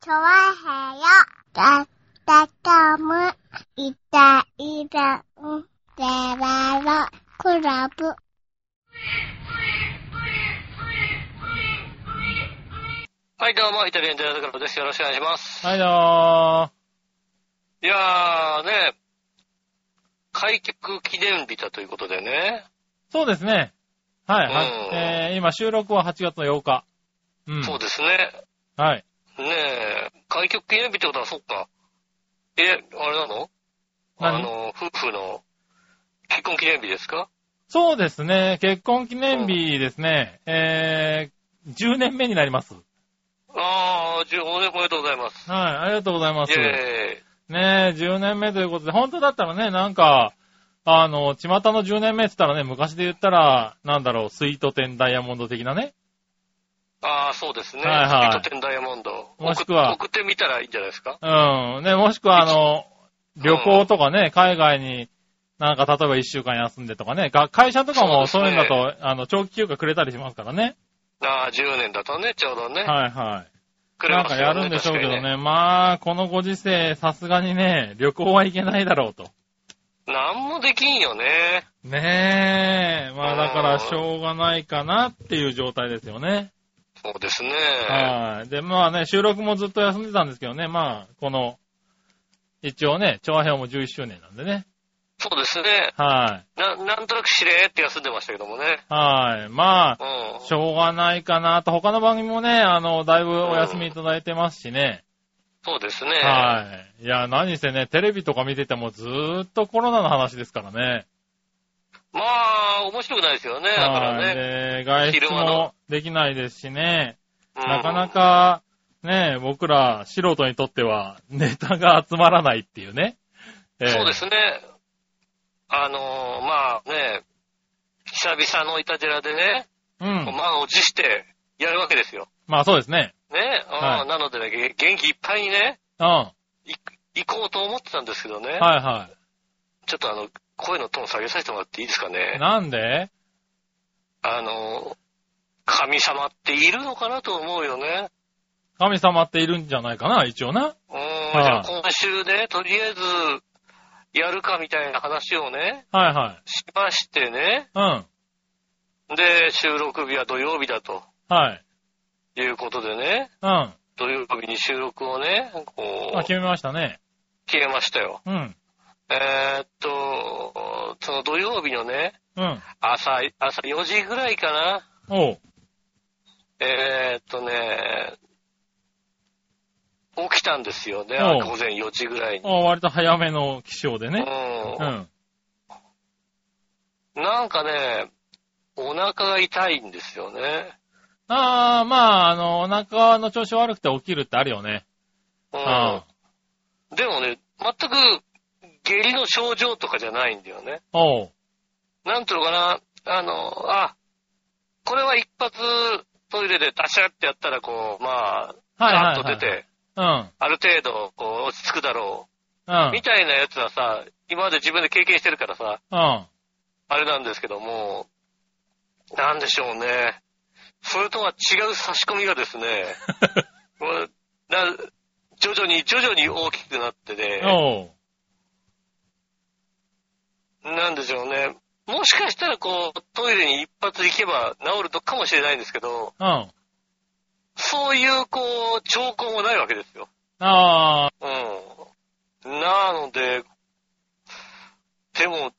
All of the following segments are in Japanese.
チョワヘヨだったかむいたいたんでららクラブはい、どうも、イタリアンジェラートクラブです。よろしくお願いします。はいどいやーね、開局記念日だということでね、うそうですね。はい、はうんえー今収録は8月の8日。うん。そうですね、はい。ねえ、開局記念日ってことは、そっか。え、あれなの何あの、夫婦の結婚記念日ですかそうですね。結婚記念日ですね。えー、10年目になります。はい、あー、じゅおめでとうございます。ありがとうございます。イェーねイ。え、10年目ということで、本当だったらね、なんか、あの、巷の10年目って言ったらね、昔で言ったら、なんだろう、スイート店ダイヤモンド的なね。あー、そうですね。はいはスピいートテンダイヤモンド。もしくは送っ送ってみたらいいんじゃないですかうん。ね、もしくはあの、旅行とかね、海外に、なんか例えば1週間休んでとかね、が会社とかもそそううでいすねうのだと、あの、長期休暇くれたりしますからね。あー、10年だとね、ちょうどね。はいはくい。れなんまかすやよるんでしょうけど確かにね。まあ、このご時世、さすがにね、旅行はいけないだろうと。なんもできんよね。ねえ。まあだかうんら、しょうがないかなっていう状態ですよね。そうですね。はい。で、まあね、収録もずっと休んでたんですけどね、まあ、この、一応ね、調和表も11周年なんでね。そうですね。はい。な、なんとなくしれーって休んでましたけどもね。はい。まあ、うん。しょうがないかなと、他の番組もね、あの、だいぶお休みいただいてますしね。そうですね。はい。いや、何せね、テレビとか見ててもずーっとコロナの話ですからね。まあ、面白くないですよね。だからね。はい。で、昼外出間のもできないですしね。うんなかな。か、ね、僕ら素人にとってはネタが集まらないっていうね。えーそうですね。あのーまあね、久々のいたじらでね、うん。満を持してやるわけですよ。まあそうですね。ね。うんはいなのでね、げ元気いっぱいにね、うん。はい行こうと思ってたんですけどねい。はちょっとあの、声のトーン下げさせてもらっていいですかい。ね。なんであのー神様っているのかなと思うよね。神様っているんじゃないかな、一応うな。ーん、いじゃあ今週ね、とりあえず、やるかみたいな話をね、はいはい。しましてね。うん。で、収録日は土曜日だとはい。いうことでね、うん。土曜日に収録をね、こあ、う、決めましたね。消えましたよ。うん。えーっと、その土曜日のね、うん。朝、朝4時ぐらいかな。おう。えーっとね、起きたんですよね、おう午前4時ぐらいあに。割と早めの起床でね。うんうん。なんかね、お腹が痛いんですよね。ああ、まあ、あの、お腹の調子悪くて起きるってあるよね。ううん。ん。でもね、全く下痢の症状とかじゃないんだよね。おう。なんていうのかな、あの、あ、これは一発トイレでダシャってやったらこう、まあ、はいはい、ガーッとはい。出て、うん。ある程度こう落ち着くだろう、うんみ。たいなやつはさ、今まで自分で経験してるからさ、うん。あれなんですけども、なんでしょうね。それとは違う差し込みがですね、こうな徐々に徐々に大きくなってね、おう。なんでしょうね。もしかしたらこう、トイレに一発行けば治るとかもしれないんですけど、うん。そういうこう、兆候もないわけですよ。ああ、うん。なので、でも、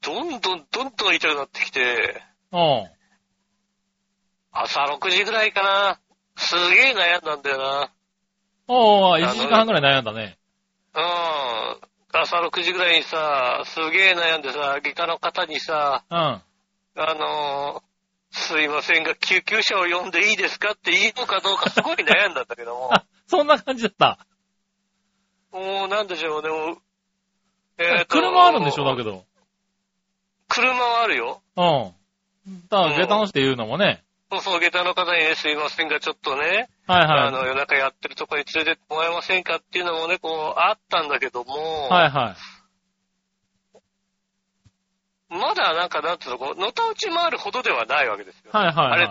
どんどんどんどん痛くなってきて、おう。朝6時ぐらいかな。すげえ悩んだんだよな。おう、1時間半くらい悩んだね。うん。朝6時ぐらいにさ、すげえ悩んでさ、外科の方にさ、うん。あのーすいませんが、救急車を呼んでいいですかっていいのかどうかすごい悩んだんだけども、 あ、そんな感じだった。もうなんでしょうね、もう。えーと車あるんでしょ、だけど。車はあるよ。うん。だから、下駄の人っていうのもね。そうそう、下駄の方にね、すいませんが、ちょっとね、はいあはの、夜中やってるとこに連れてってもらえませんかっていうのもね、こう、あったんだけども、い。はいはい。まだなんか、なんていうの、こう、のたうち回るほどではないわけですよ。はいはい、はい。あれ、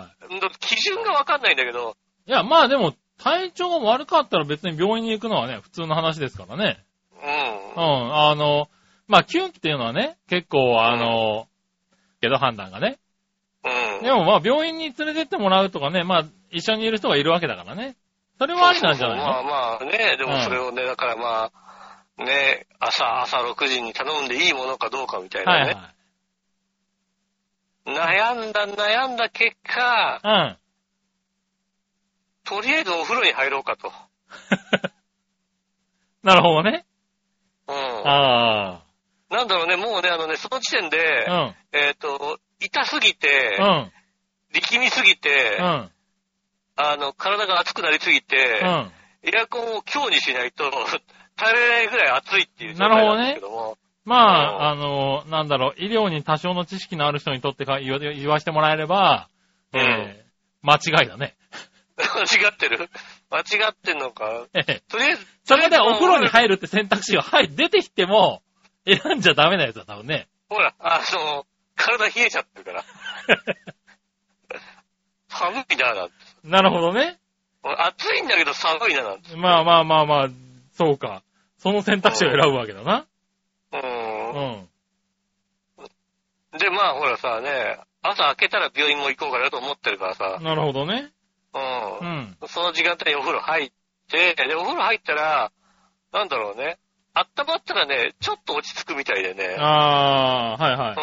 基準がわかんないんだけど、いや、まあでも、体調が悪かったら別に病院に行くのはね、普通の話ですからね。ううん。あの、まあ、9期っていうのはね、結構、あの、けど判断がね。ん。うん。でもまあ、病院に連れてってもらうとかね、まあ、一緒にいる人がいるわけだからね。それはありなんじゃないのそうそうまあまあね、でうんもそれをね、だからまあ、ね、朝、朝6時に頼んでいいものかどうかみたいはないね。悩んだ悩んだ結果、はい。とりあえずお風呂に入ろうかと。うん。なるほどね。うん。あなんだろうね、もうね、あのね、その時点で、あ。えっ、と、痛すぎうてん。う、ん。力みすぎて、うん。あの、体が熱くなりすぎて、うん。エアコンを強にしないと、 耐えられないぐらい暑いっていう状態なるほどなねんですけども。まあ、あの、なんだろう、医療に多少の知識のある人にとってか言わ言わしてもらえれば、ええ間違いだね。 間違ってる間違ってんのか。ええとりあえず、そこでお風呂にる。入るって選択肢が、はい、出てきても、選んじゃダメなやつだ、多分ね。ほら、あの、体冷えちゃってるから。 寒いな、なんて。なるほどね。暑いんだけど寒いな、なんて。まあまあまあまあ、そうか。その選択肢を選ぶわけだな。う。うんん。で、まあほらさ、ね、朝明けたら病院も行こうかなと思ってるからさ。なるほどね。う。うんん。その時間帯にお風呂入って、で、お風呂入ったら、なんだろうね。温まったらね、ちょっと落ち着くみたいでね。ああ、はいうん、は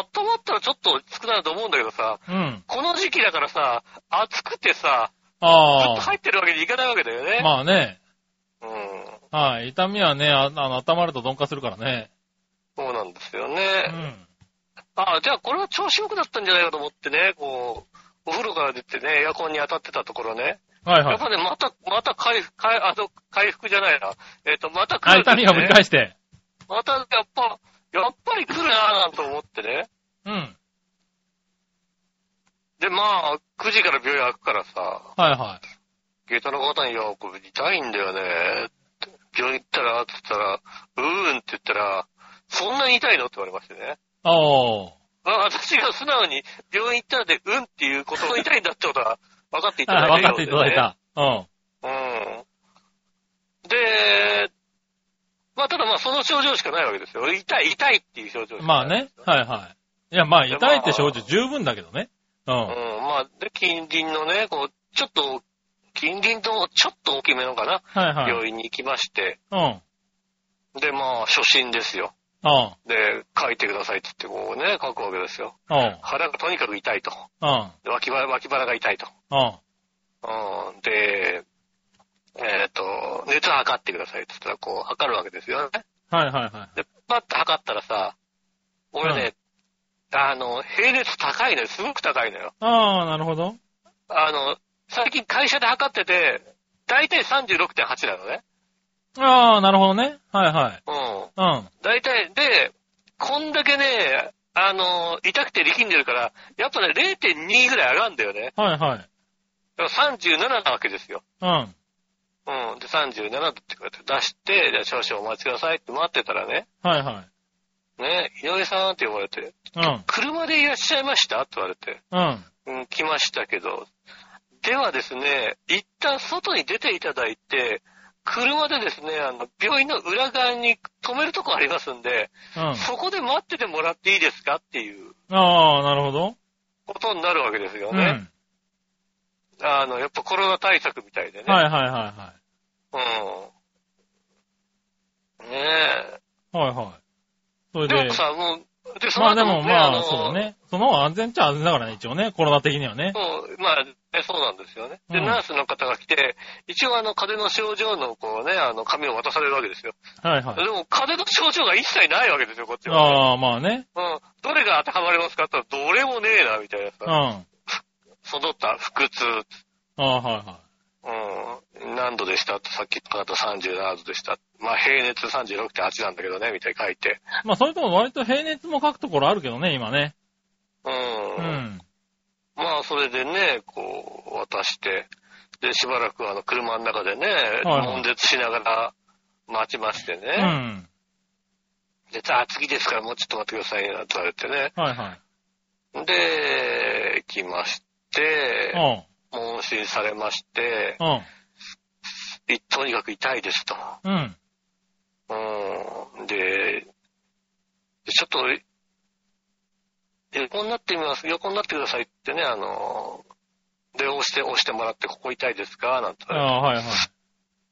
あ、温まったらちょっと落ち着くなと思うんだけどさ、い。うん。この時期だからさ、暑くてさ、ずっあとあ、入ってるわけにいかないわけだよね。まあね。うん。はい。痛みはね、ああの、温まると鈍化するからね。そうなんですようね。ん。あじゃあこれは調子良くなったんじゃないかと思ってね、こう、お風呂から出てね、エアコンに当たってたところね。はいやはいっ。ぱね、また、また回復、回あの回復じゃないな。えっ、と、また来あ、るんで痛すね、みがぶり返して。また、やっぱ、やっぱり来るなぁなんて思ってね。うん。で、まあ、9時から病院開くからさ、はいは下駄の方に、いや、これ痛いんだよね。病院行ったら、って言ったら、うーんって言ったら、そんなに痛いのって言われましてね。い。おー。まあ私が素直に病院行ったらで、うんっていうことの痛いんだってことは分かっていただあい分たよかっうてでいねただい。た。うん。うん。で、まあただまあその症状しかないわけですよ。痛い、痛いっていう症状しかないまあね。はいはい。いや、まあ、痛いって症状十分だけどね。ううんん。、まあ、で、近隣のね、こう、ちょっと、近隣とちょっと大きめのかな、はいはい。病院に行きまして、うん。うん。で、まあ、初診ですよ。で、書いてくださいって言って、こうね、書くわけですよ。うん。腹がとにかく痛いと。うん。で脇腹、脇腹が痛いと。うん。うん、で、えっ、と、熱測ってくださいって言ったら、こう、測るわけですよね。はいはいはで、パッと測ったらさ、俺ね、あの、平熱高いのよ。すごく高いのよ。い。ああ、なるほど。あの、最近会社で測ってて、だいたい36.8なのね。ああ、なるほどね。はいはい。うん。うん。だいたい、で、こんだけね、あの、痛くて力んでるから、やっぱね、0.2ぐらい上がるんだよね。はいはい。だから37なわけですよ。うん。うん。で、37度ってこうやって出して、じゃあ少々お待ちくださいって待ってたらね、はいはい。ね、井上さんって呼ばれて、うん。車でいらっしゃいましたって言われて、ううん。ん、来ましたけど、ではですね、一旦外に出ていただいて、車でですね、あの、病院の裏側に止めるとこありますんで、うん。そこで待っててもらっていいですかっていうああ、なるほど。ことになるわけですようん。ね。あの、やっぱコロナ対策みたいでね。はいはいはいはうん。ねい。はいはい。そえ。れででも、さ、もう、で、そまのあ後でももね、まのあ、そうだ。ね。その方が安全っちゃ安全だからね、一応ね、コロナ的にはね。そう、まあ、ねそうなんですよね。で、うんナースの方が来て、一応あの、風邪の症状の、こうね、あの、紙を渡されるわけですよ。はいはでい。も、風邪の症状が一切ないわけですよ、こっちは。ああ、まあね。うん。どれが当てはまりますかって言ったら、どれもねえな、みたいなうさん。。あその他、腹痛、あ、はいはい。うん。何度でしたって、さっき言った方37度でした。まあ、平熱36.8なんだけどね、みたいに書いて。まあ、それとも割と平熱も書くところあるけどね、今ね。うんう。ん。まあ、それでね、こう、渡して、で、しばらくあの、車の中でね、はい悶絶しながら待ちましてうね。ん。で、さあ、次ですからもうちょっと待ってくださいな、と言われてね。はいはい。で、来まして、う問診されまして、ん。うん。いとにかく痛いですと。うん。うん。で、でちょっと、横になってみます、横になってくださいってね、あの、で、押して、押してもらって、ここ痛いですかなんてああ、はいはい。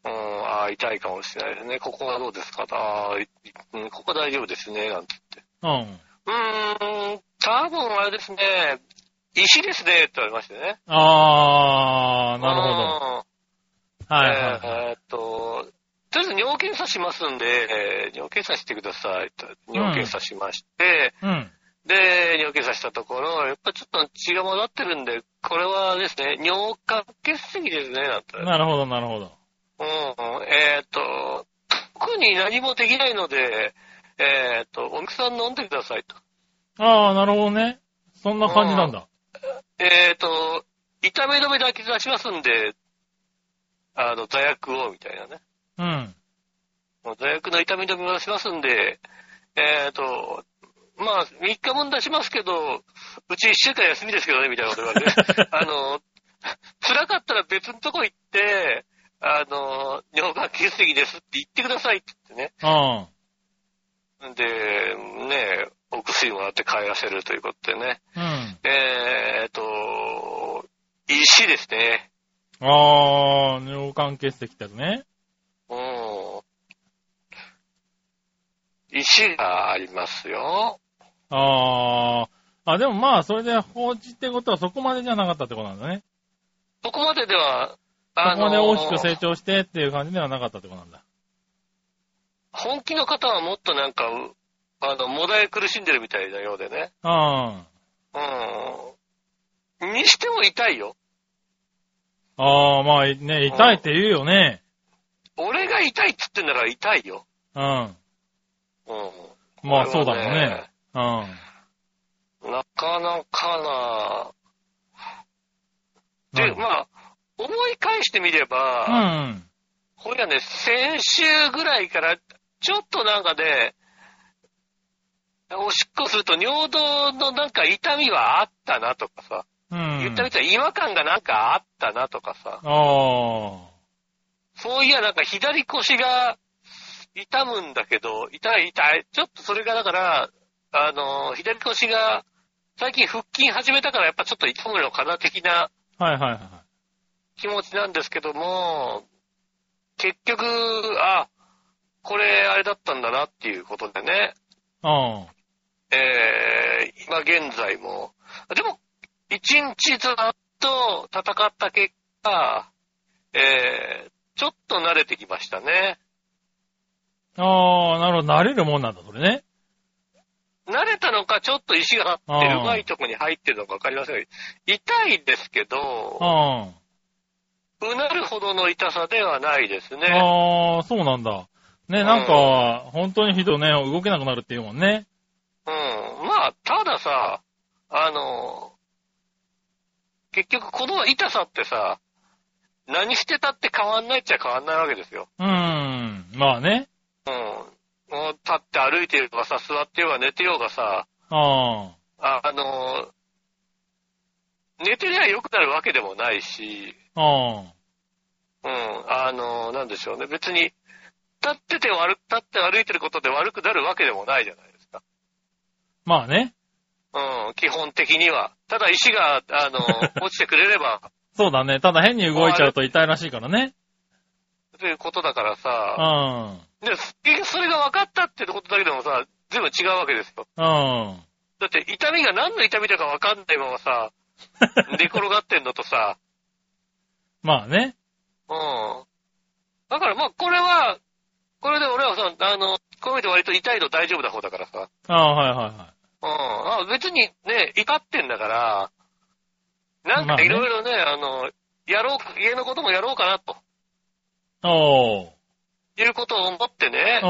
うん、あー痛いかもしれないですね。ここはどうですかあーいうん、ここは大丈夫ですね、なんてうん。言って。うーん、多分あれですね、石ですね、って言われましてね。ああ、なるほど。はいはいはい。えーえーっと、とりあえず尿検査しますんで、えー尿検査してくださいと。尿検査しまして、うん。で、尿検査したところ、やっぱちょっと血が混ざってるんで、これはですね、尿管結石ですね、なんて。なるほどなるほど。うん、えーっと、特に何もできないので、えーっと、お水さん飲んでくださいと。ああ、なるほどね。そんな感じなんだ。えーっと、痛め止めだけ出しますんで、あの、座薬を、みたいなね。うん。座薬の痛み止めを出しますんで、えっ、と、まあ、3日分出しますけど、うち1週間休みですけどね、みたいなこと言われて、あの、辛かったら別のとこ行って、あの、尿管結石ですって言ってくださいって言ってね。あで、ね、お薬もらって帰らせるということでね。あ。うん。えっ、と、石ですね。ああ、尿管結石ってやつね。うん。石がありますよ。ああ。あ、でもまあ、それで放置ってことはそこまでじゃなかったってことなんだね。そこまででは、そあこまので大きく成長してっていう感じではなかったってことなんだ。本気の方はもっとなんか、うあの、もだえ苦しんでるみたいなようでね。あうん。にしても痛いよ。あ。ああ、まあね、痛いって言うよね。俺が痛いっつってんだから痛いよ。うん。うん。まあ、そうだろうこれはね。うん。ね。なかなかな。なで、るほどまあ、思い返してみれば、うん。ほやね、先週ぐらいから、ちょっとなんかね、おしっこすると尿道のなんか痛みはあったなとかさ、うん。言ったみたいに違和感がなんかあったなとかさ、あそういやなんか左腰が痛むんだけど、痛い痛い。ちょっとそれがだから、あのー、左腰が最近腹筋始めたからやっぱちょっと痛むのかな的なあ。はいはいは気持ちなんですけども、結局、あ、これあれだったんだなっていうことでね、い。えー、今現在も、でも、一日ずっと戦った結果、えー、ちょっと慣れてきましたね。うん。ああ、なるほど。慣れるもんなんだ、それね。慣れたのか、ちょっと石が張ってあるーうまいとこに入ってるのかわかりませんが、痛いですけど、あうなるほどの痛さではないですあ。ね。ああ、そうなんだ。ね、なんか、本当にひどいね、動けなくなるっていうもんね。うん。まあ、たださ、あの、結局この痛さってさ、何してたって変わんないっちゃ変わんないわけですよ。うん。まあね。うん。もう立って歩いてようがさ、座ってようが寝てようがさ、あああの、寝てりゃ良くなるわけでもないし、あ。ああ。うん、あの、なんでしょうね。別に、立ってて悪く、立って歩いてることで悪くなるわけでもないじゃないですか。まあね。うん、基本的には。ただ石が、あの、落ちてくれれば、そうだね。ただ変に動いちゃうと痛いらしいからね。ということだからうさ、ん。で、結局それが分かったってことだけでもさ、全部違うわけですよ。うん。だって痛みが何の痛みだか分かんないまま さ、寝転がってんのとさ、まあね。うん。だからまあこれは、これで俺はさ、あの、こういうの割と痛いの大丈夫な方だからさ、ああ、はいはいはうん。あ別にね、怒ってんだから、なんまあかねいろいろね、あの、やろう、家のこともやろうかな、とい。おいうことを思ってね、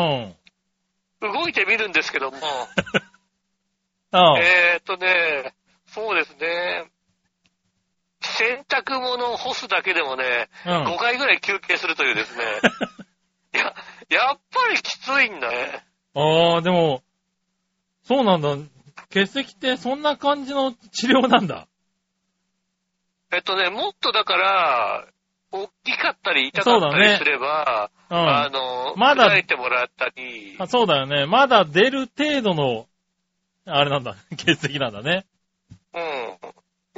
ー。うん。動いてみるんですけども、ああ。えーっとね、そうですね。洗濯物を干すだけでもね、うん5。回ぐらい休憩するというですね。 いや、やっぱりきついんだね。ああ、でも、そうなんだ。血石ってそんな感じの治療なんだ。えっとね、もっとだから、大きかったり痛かったりすれば、うあん。の、まだ砕いてもらったり、あそうだよね。まだ出る程度の、あれなんだ、 血液なんだね。うん。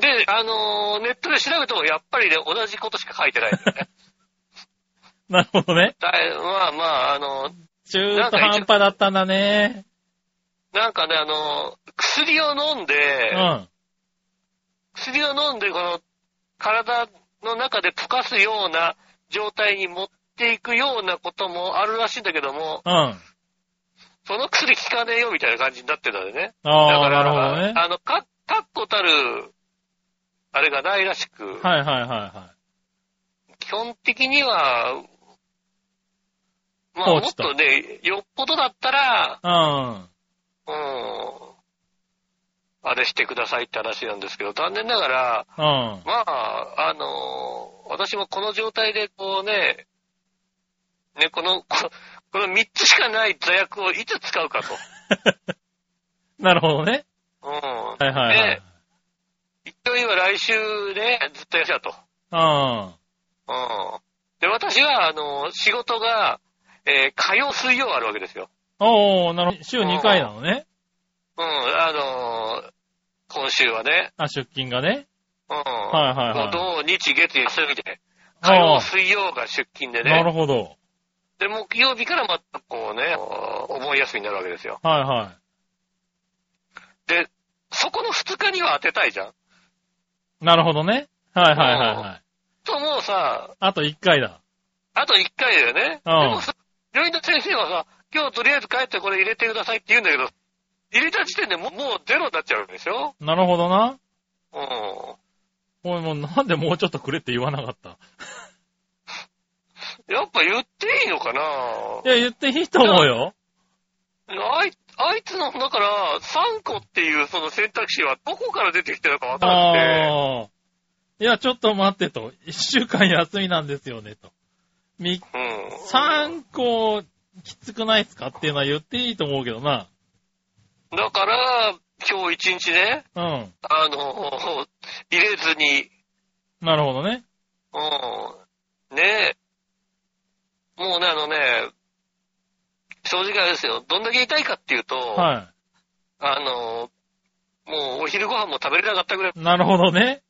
で、あのーネットで調べてもやっぱりね、同じことしか書いてないんだよ ね。なるほどね。だいまあまあ、あの中途半端だったんだね。なんかね、あのー薬を飲んうで、ん。薬を飲んで、この、体の中で溶かすような状態に持っていくようなこともあるらしいんだけども、うん。あその薬効かねえよみたいな感じになってたんでね。だかあー、ら、なるほどね。あの、か、かっこたる、あれがないらしく、はいはいはいは基本的には、まあ、放もっ置ととね、よっぽどだったら、い。うん。うん、あれしてくださいって話なんですけど、残念ながら、うん。まあ、あのー私もこの状態でこうね、ね、この、 ここの3つしかない座薬をいつ使うかと。なるほどね。うん。はいはいはいで、。一応今来週ね、ずっとやっちゃうと。うん。うん。で、私は、あのー仕事が、えー火曜、水曜あるわけですよ。おー、なるほど。週2回なのね。うん、あのー今週はね、あ、出勤がね。うん。はいはいはいもう土日月休みで、火曜、水曜が出勤でね。なるほど。で、木曜日からまたこうね、お盆休みになるわけですよ。はいはで、そこの2日には当てたいじゃん。い。なるほどね。はいはいはいはい。ともうさ、あと1回だ。あと1回だよね。うんでもさ、病院の先生はさ、今日とりあえず帰ってこれ入れてくださいって言うんだけど、入れた時点でもうもうゼロになっちゃうでしょなるほどな。うん。おい、もうなんでもうちょっとくれって言わなかった。やっぱ言っていいのかないや、言っていいと思うよ。あいあいつの、だから、3個っていうその選択肢はどこから出てきてるかわからなくて、ああ。いや、ちょっと待ってと。1週間休みなんですよね、と。み、うん。 3個、きつくないっすかっていうのは言っていいと思うけどな。だから、今日1日ね、うん。あの、入れずに、なるほどね。うん。ねえ。もうね、あのね、正直あれですよ。どんだけ痛いかっていうと、はあの、もうお昼ご飯も食べれなかったぐらい、い。なるほどね。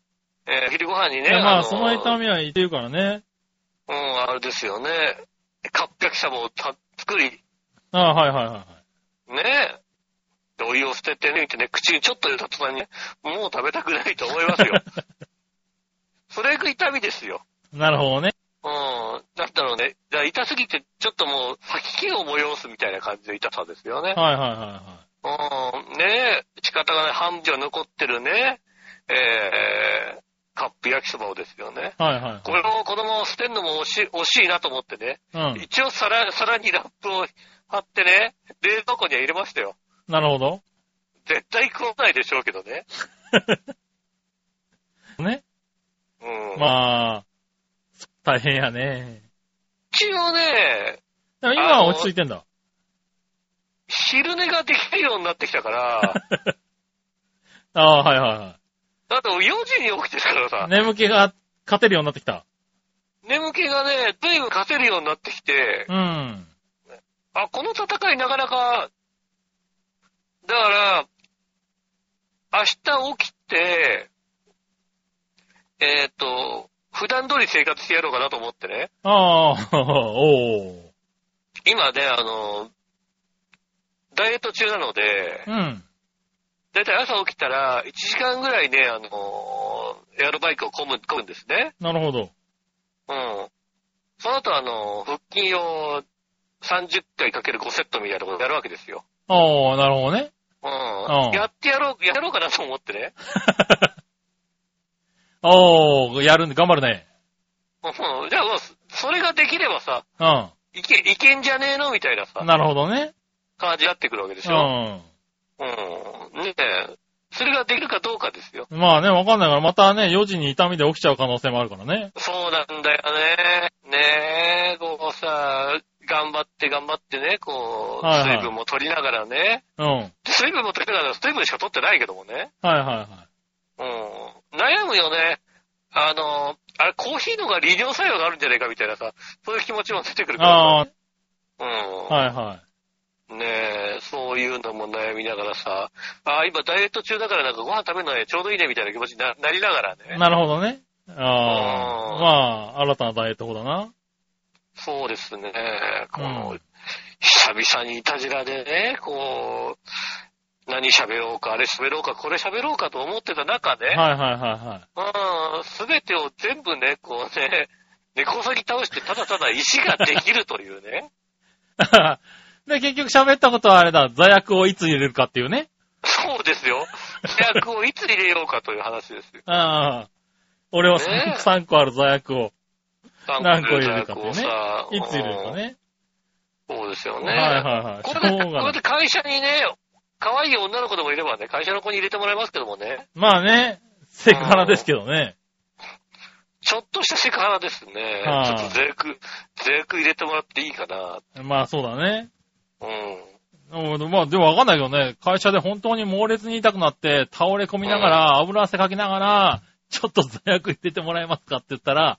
えーお昼ご飯にいね、や、まあ、のその痛みは言ってるからね。うん、あれですよね。カッしゃもた作り、ああ、はいはいはいはい。ねえ。でお湯を捨ててね、ってね、口にちょっと入れた途端に、もう食べたくないと思い ますよ。それが痛みですよ。なるほどね。うん。だったのね、だから痛すぎて、ちょっともう、吐き気を催すみたいな感じの痛さですよね。はいはいはいはうん。ねえ、仕方がない、半分は残ってるね、えー、カップ焼きそばをですよね。い。はいはい、はい。これを子供を捨てるのも惜し惜しいなと思ってね、うん。一応皿、皿にラップを貼ってね、冷蔵庫には入れましたよ。なるほど。絶対食わないでしょうけどね。ね。うん。まあ、大変やね。一応ね、でも今は落ち着いてんだ。昼寝ができるようになってきた から、ああ、はいはだって4時に起きてたからいはさい。、眠気が勝てるようになってきた。眠気がね、ずいぶん勝てるようになってきてう、ん。あ、この戦いなかなか、だから、明日起きて、えっ、と、普段通り生活してやろうかなと思ってね。ああ、 おお。今ね、あの、ダイエット中なのでう、ん。だいたい朝起きたら、1時間ぐらいね、あの、エアロバイクをこむ、こむんですね。なるほど。うん。その後、あの、腹筋を30回かける5セットみたいなところやるわけですよ。ああ、なるほどね。うんうんやってやろう、やろうかなと思ってね。おお、やるんで頑張るね。うんじゃあもう、それができればさ、ういけ、いけんじゃねえのみたいなさん。、なるほどね。感じになってくるわけでしうょ。ん。うん。ねえ。それができるかどうかですよ。まあね、わかんないから、またね、4時に痛みで起きちゃう可能性もあるからね。そうなんだよね。ねえ、こうさ、頑張って頑張ってね、こう、はいはい水分も取りながらね。うん。はい水分も取りながら、水分しか取ってないけどもね。はいはうん。悩むよね。あの、あれ、コーヒーのが利尿作用があるんじゃねえかみたいなさ、そういう気持ちも出てくるからあさ。うん。あ、はいはねえ、そういうのも悩みながらさ、ああ、今ダイエット中だからなんかご飯食べるのねちょうどいいねみたいな気持ちにななりながらい。ね。なるほどね。あうあ、んまあ、新たなダイエット法だな。そうですね。こうう、久々にいたじらでね、こう、何喋ろうか、あれ喋ろうか、これ喋ろうかと思ってた中で、はいはいはいはい。うん、すべてを全部ね、こうね、猫先倒してただただ石ができるというね。 で、結局喋ったことはあれだ、座薬をいつ入れるかっていうね。そうです よ。契約をいつ入れようかという話ですよ。ああ。俺はね 3, え個ある座薬を、何個入れるかとっていうねいつ入れるか。ね。うんそうですよね。はいはいはい。こしれで、ょうがこなれいで。会社にね、可愛い女の子でもいればね、会社の子に入れてもらいますけどもね、まあね、セクハラですけどね。ちょっとしたセクハラですね。はちょいっと税区、税区入れてもらっていいかな。まあそうだね。うん。うんまあでもわかんないけどね、会社で本当に猛烈に痛くなって、倒れ込みながら、油汗かきながら、ちょっと座薬入れてもらえますかって言ったら、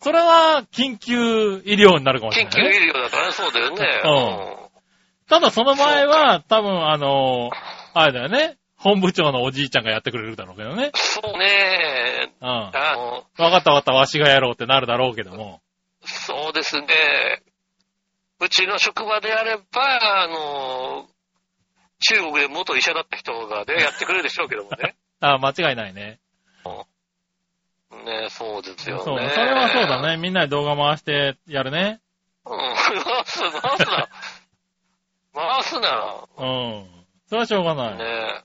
それは緊急医療になるかもしれ緊ない急ね、医療だからね、そうだよね。ただその前は、多分あの、あれだよね、本部長のおじいちゃんがやってくれるだろうけどね。そうね。うん。わあの、かったわかった、わしがやろうってなるだろうけども。そうですね。うちの職場であれば、あの、中国で元医者だった人がね、やってくれるでしょうけども ね。あ間違いないね。ねそうですそうよね。だ、それはそうだね。みんなで動画回してやるね。うん、 回す、回すな。回すな。うん。それはしょうがない。ねえ。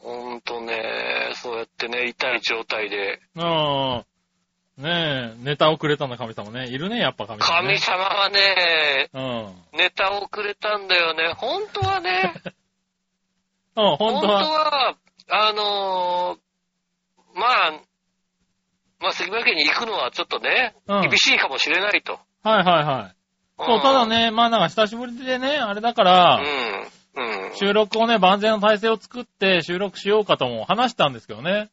ほんとね、そうやってね、痛い状態で。ああ。ねえ、ネタをくれたんだ、神様ね。いるね、やっぱ神様、神ね。様はね、うん。ネタをくれたんだよね。本当はね、う本ん、当本当は。は、あのーまあ、まあ、関村家に行くのはちょっとね、うん。はい厳しいかもしれないと。はいはい。そう、ただ。ね、まあなんか久しぶりでね、あれだから、うん。うん。収録をね、万全の体制を作って収録しようかとも話したんですけどね。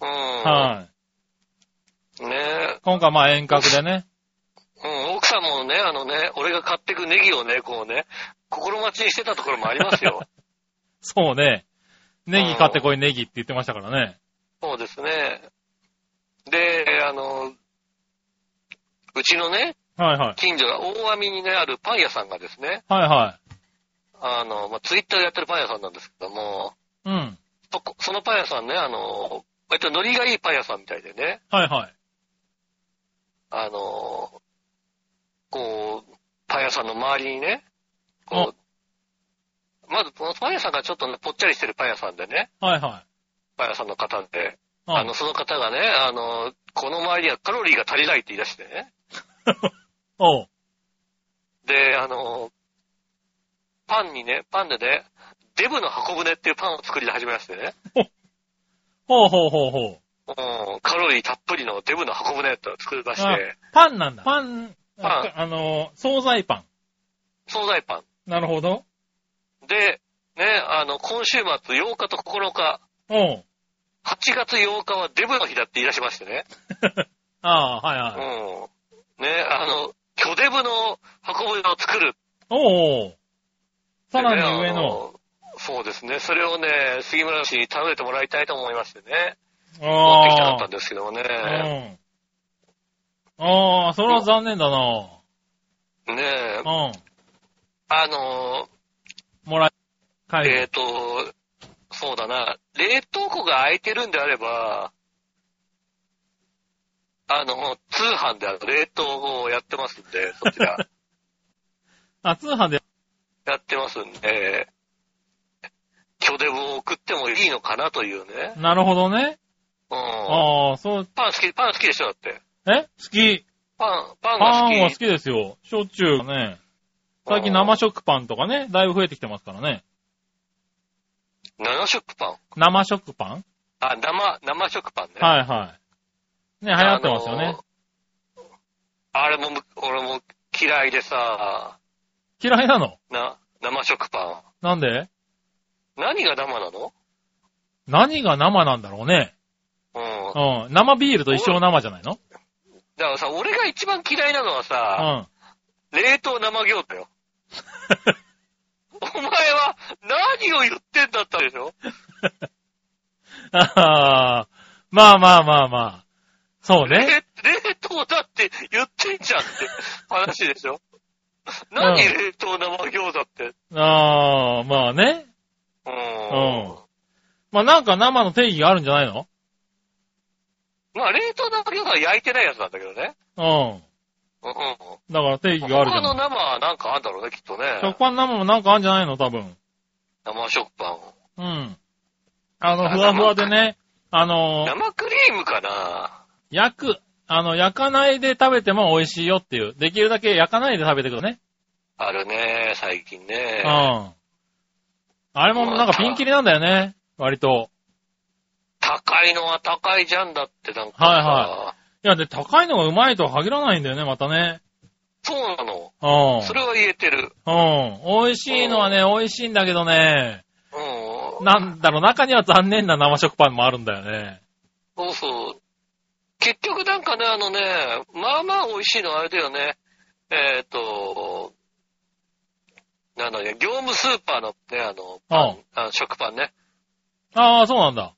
うん。はい。ねえ。今回まあ遠隔でね。うん、奥さんもね、あのね、俺が買ってくネギをね、こうね、心待ちにしてたところもありますよ。そうね。ネギ買ってこいネギって言ってましたからね。そうですね。で、あの、うちのね、はいはい。近所が大網にね、あるパン屋さんがですね、はいはあの、まあ、ツイッターでやってるパン屋さんなんですけども、い。うん。そこそのパン屋さんね、あの、割とノリがいいパン屋さんみたいでね、はいはい。あの、こう、パン屋さんの周りにね、こう、まず、このパン屋さんがちょっとね、ぽっちゃりしてるパン屋さんでね、はいはい。パン屋さんの方で、うんあの、その方がね、あの、この周りにはカロリーが足りないって言い出してね。おう。で、あの、パンにね、パンでね、デブの箱舟っていうパンを作り始めましてね。ほうほうほうほう。うん、カロリーたっぷりのデブの箱舟ってのを作りましあて、パンなんだ。パン、パンああの、惣菜パン。惣菜パなるほど。ン。で、ね、あの、今週末8日と9日、おう。 8月8日はデブの日だって言い出しましてね。ああ、はいはい。うん。ね、あの、巨デブの箱舟を作るおうおう。さらねに上あの。そうですね。それをね、杉村氏に頼めてもらいたいと思いましてね。持ってきたかあったあん。ですけどもね。うん。ああ、それは残念だな。ねえう、ん。あの、もらえ、帰えっ、る。と、そうだな、冷凍庫が空いてるんであれば、あの、通販であの冷凍をやってますんで、そち ら。あ、通販で。やってますんで、巨デブを送ってもいいのかなというね。なるほどね。うん。ああ、そう、パン好き、パン好きでしょだって。え好き。パン、パンがパ好き。ンは好きですよ。しょっちゅうね。最近生食パンとかね、だいぶ増えてきてますからね。生食パン。生食パンあ、生、生食パンね。い。はいはい。ね、流行ってますよね。。あれもむ、俺も嫌いでさ、嫌いなのな、生食パなんでン。何が生なの何が生なんだろうね。うん。うん。生ビールと一生生じゃないのだからさ、俺が一番嫌いなのはうさ、ん。 冷凍生餃子よ。お前は何を言ってんだったでしょああ、まあまあまあまあ。そう冷 ね。冷凍だって言ってんじゃんって話でしょ何うん冷凍生餃子って。ああ、まあね。ううんまあなんか生の定義があるんじゃないのまあ、冷凍生餃子は焼いてないやつなんだけどね。う。うんうんだから定義ん。があるじ他ゃのん。生はなんかあんだろうね、きっとね。食パン生もなんかあるんじゃないの多分。生食パン。うん。あの、ふわふわでね、あの、生クリームかな焼く、あの、焼かないで食べても美味しいよっていう。できるだけ焼かないで食べてくだね。あるね、最近ねう。ん。あれもなんかピンキリなんだよね。割と。高いのは高いじゃんだって、なんかさ。はいはいや、で、高いのがうまいとは限らないんだよね、またね。そうなの。うん。それは言えてる。うん。美味しいのはね、美味しいんだけどね。うん。なんだろう、中には残念な生食パンもあるんだよね。そうそう。結局なんかね、あのね、まあまあ美味しいのはあれだよね。えっ、と、なんだね、業務スーパーのね、あの、パンあの食パンね。ああ、そうなんだ。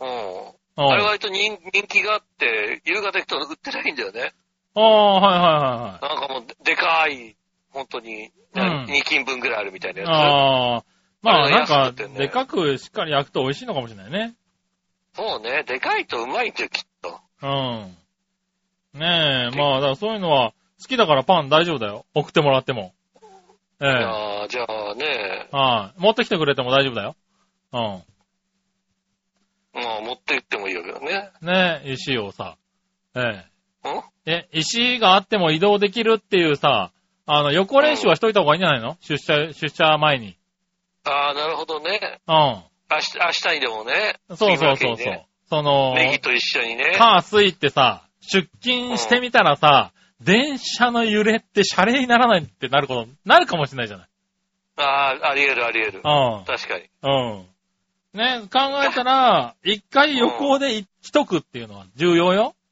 うん。うん。あれあ割と人人気があって、夕方行くと売ってないんだよね。あー、はなんかもうで、でかい、本当に、うん2斤分ぐらいあるみたいないはいはい。やああ。まあ、なんあれはか安くて、ねでかくしっかり焼くと美味しいのかもしれないね。つ。そうね、でかいとうまいんだよ、きっと。うん。ねえ、まあ、だからそういうのは、好きだからパン大丈夫だよ。送ってもらっても。ええいやーじゃあね、はい。持ってきてくれても大丈夫だよ。うん。まあ持って行ってもいいわけだね。ねえ、石をさ、えんえ、え、石があっても移動できるっていうさ、あの、予行練習はしといた方がいいんじゃないの出社、出社前に。ああ、なるほどね。うん。明日、明日にでもね。そうそう次その日うにそうね。その、ネギと一緒にね。火水ってさ、出勤してみたらさ、電車の揺れってシャレにならないってなること、なるかもしれないじゃない。ああ、あり得るあり得る。うん。確かに。うん。ね、考えたら、一回予行で行っとくっていうのは重要よ。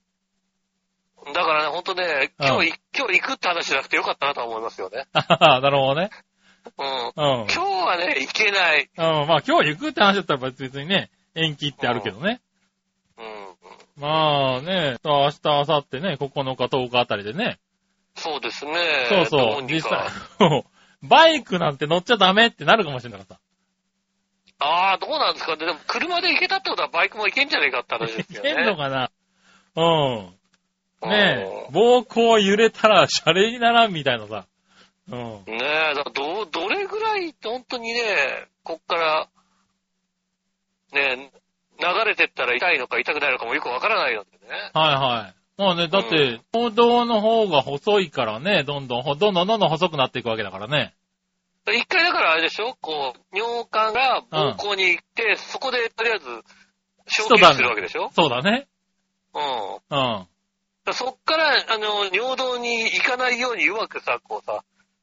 だからね、ほんとね、うん今日い、今日行くって話じゃなくてよかったなと思いますよね。あははなるほどね。うん。うん。今日はね、行けない。うん、まあ今日行くって話だったら別にね、延期ってあるけどね。うん。まあね、明日、明後日ね、9日、10日あたりでね。そうですね。そうどそう、に実際 か。、バイクなんて乗っちゃダメってなるかもしれないからああ、どうなんですかね。でも、車で行けたってことはバイクも行けんじゃねえかって話さ。でいすよけんのね。かなうん。ねえう、ん暴行揺れたらシャレにならんみたいなさ。うん。ねえ、だからど、どれぐらい、本当にね、こっから、ねえ、流れてったら痛いのか痛くないのかもよくわからないよね。はいはい。まあね、だっうて、歩道の方が細いからね、どんどん、ほどんどんどんどん細くなっていくわけだからね。一回だからあれでしょこう、尿管が膀胱に行って、そこでとりあえず、消一晩化するわけでしょそうだね。うん。うん。だからそっから、あの、尿道に行かないようにうまくさ、こうさ、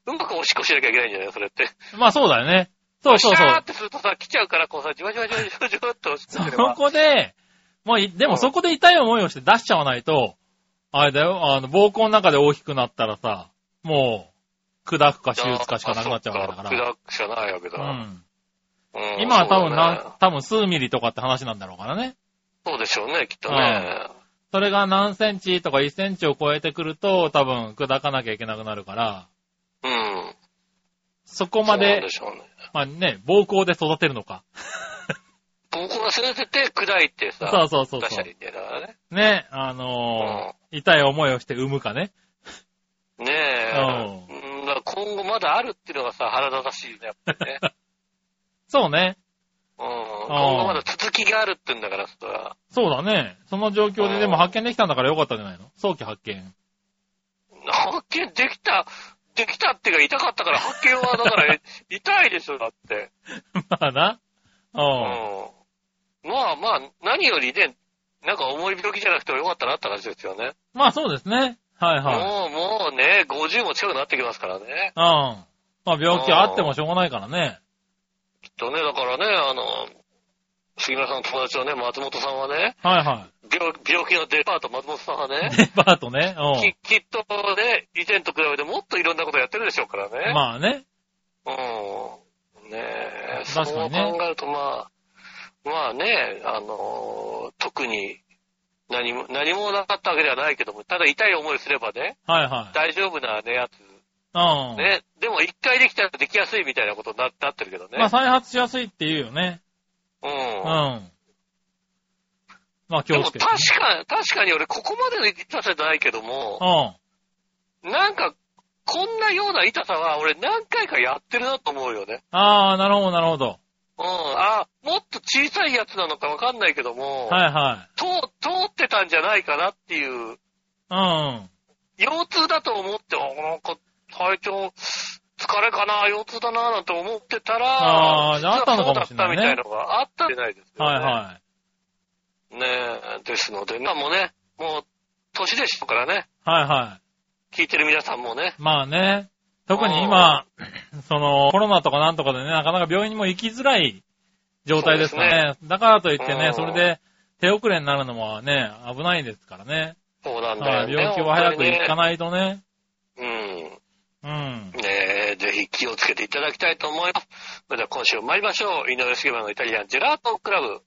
うまくおしっこしなきゃいけないんじゃないそれって。まあそうだよね。そうそうシそャーっう。てするとさ、来ちゃうから、こうさ、じわじわじわじわじわっとおしっこそすれば。こで、もうい、でもそこで痛い思いをして出しちゃわないと、あれだよ、あの、膀胱の中で大きくなったらさ、もう、砕くか手術かしかなくなっちゃうわけだかあら。そっか砕くしかないわけだ。うん。うん今は多分そうだねな、多分数ミリとかって話なんだろうからね。そうでしょうね、きっとね。それが何センチとか1センチを超えてくると、多分砕かなきゃいけなくなるから、うん。そこそまうなんでで、しょうね。まあね、膀胱で育てるのか。膀胱がすれてて砕いてさ、そうそうそう出しそたりね、だからね。う。ね、あのー痛い思いをして産むかね。ねえ。うんだから今後まだあるっていうのがさ、腹立たしいね、やっぱ りね。そうね。うん。今後まだ続きがあるって言うんだからさ、そうだね。その状況ででも発見できたんだからよかったんじゃないの早期発見。 発見できた、できたっていうか痛かったから発見はだから え痛いでしょ、だって。まあな。う。うんまあまあ、何よりね、なんか重い病気じゃなくてもよかったなって話ですよね。ん。まあそうですね。はいはい。もう、もうね、50も近くなってきますからね。うん。まあ病気はあってもしょうがないからね。きっとね、だからね、あの、杉村さんの友達のね、松本さんはね、はいは病病気のデパート松本さんはねい。、デパートね。うききっとね、以前と比べてもっといろんなことやってるでしょうからね。ん。まあね。うん。ねえ、確かにねそう考えると、まあ、まあね、あのー特に何も、何もなかったわけではないけども、ただ痛い思いすればね、はいは大丈夫なね、やつ。い。うん。ね。でも一回できたらできやすいみたいなことにななってるけどね。まあ再発しやすいって言うよね。う。うんん。まあ気でをもつけ確て。か、確かに俺ここまでの痛さじゃないけども、うん。なんか、こんなような痛さは俺何回かやってるなと思うよね。ああ、なるほど、なるほど。うん。あ、もっと小さいやつなのかわかんないけども、はいは通通ってたんじゃないかなっていう、い。うん。腰痛だと思って、あなんか体調、疲れかな、腰痛だな、なんて思ってたら、あー実はあったのかもしれないそねうだったみたいのがあったんじゃないですよね。はいはねえ、ですので、まあもうね、もう、年でしたからね、い。はいは聞いてる皆さんもね、い。まあね。特に今、その、コロナとかなんとかでね、なかなか病院にも行きづらい状態ですからね。だからといってうねん、それで手遅れになるのはね、危ないですからね。そうなんだはよい。ね。病気を早く行かなないとね。うん。うん。ねえ、ぜひ気をつけていただきたいと思います。それでは今週参りましょう。井上杉村のイタリアンジェラートクラブ。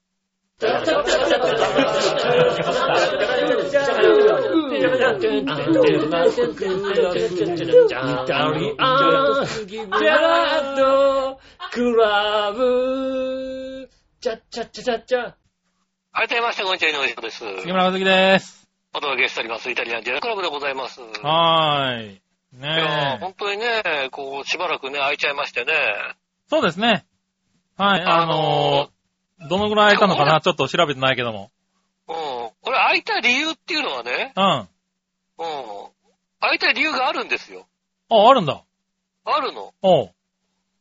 改めまして、こんにちは、井上杉です。杉村和樹です。お届けしております。イタリアンジェラートクラブでございます。はーい。いやーねえ。本当にね、こう、しばらくね、空いちゃいましてね。そうですね。はい。あのー、どのぐらい空いたのかなちょっと調べてないけども。うん。これ空いた理由っていうのはね、うん。あ、うん。空いた理由があるんですよ。あるんだ。あるの。おう。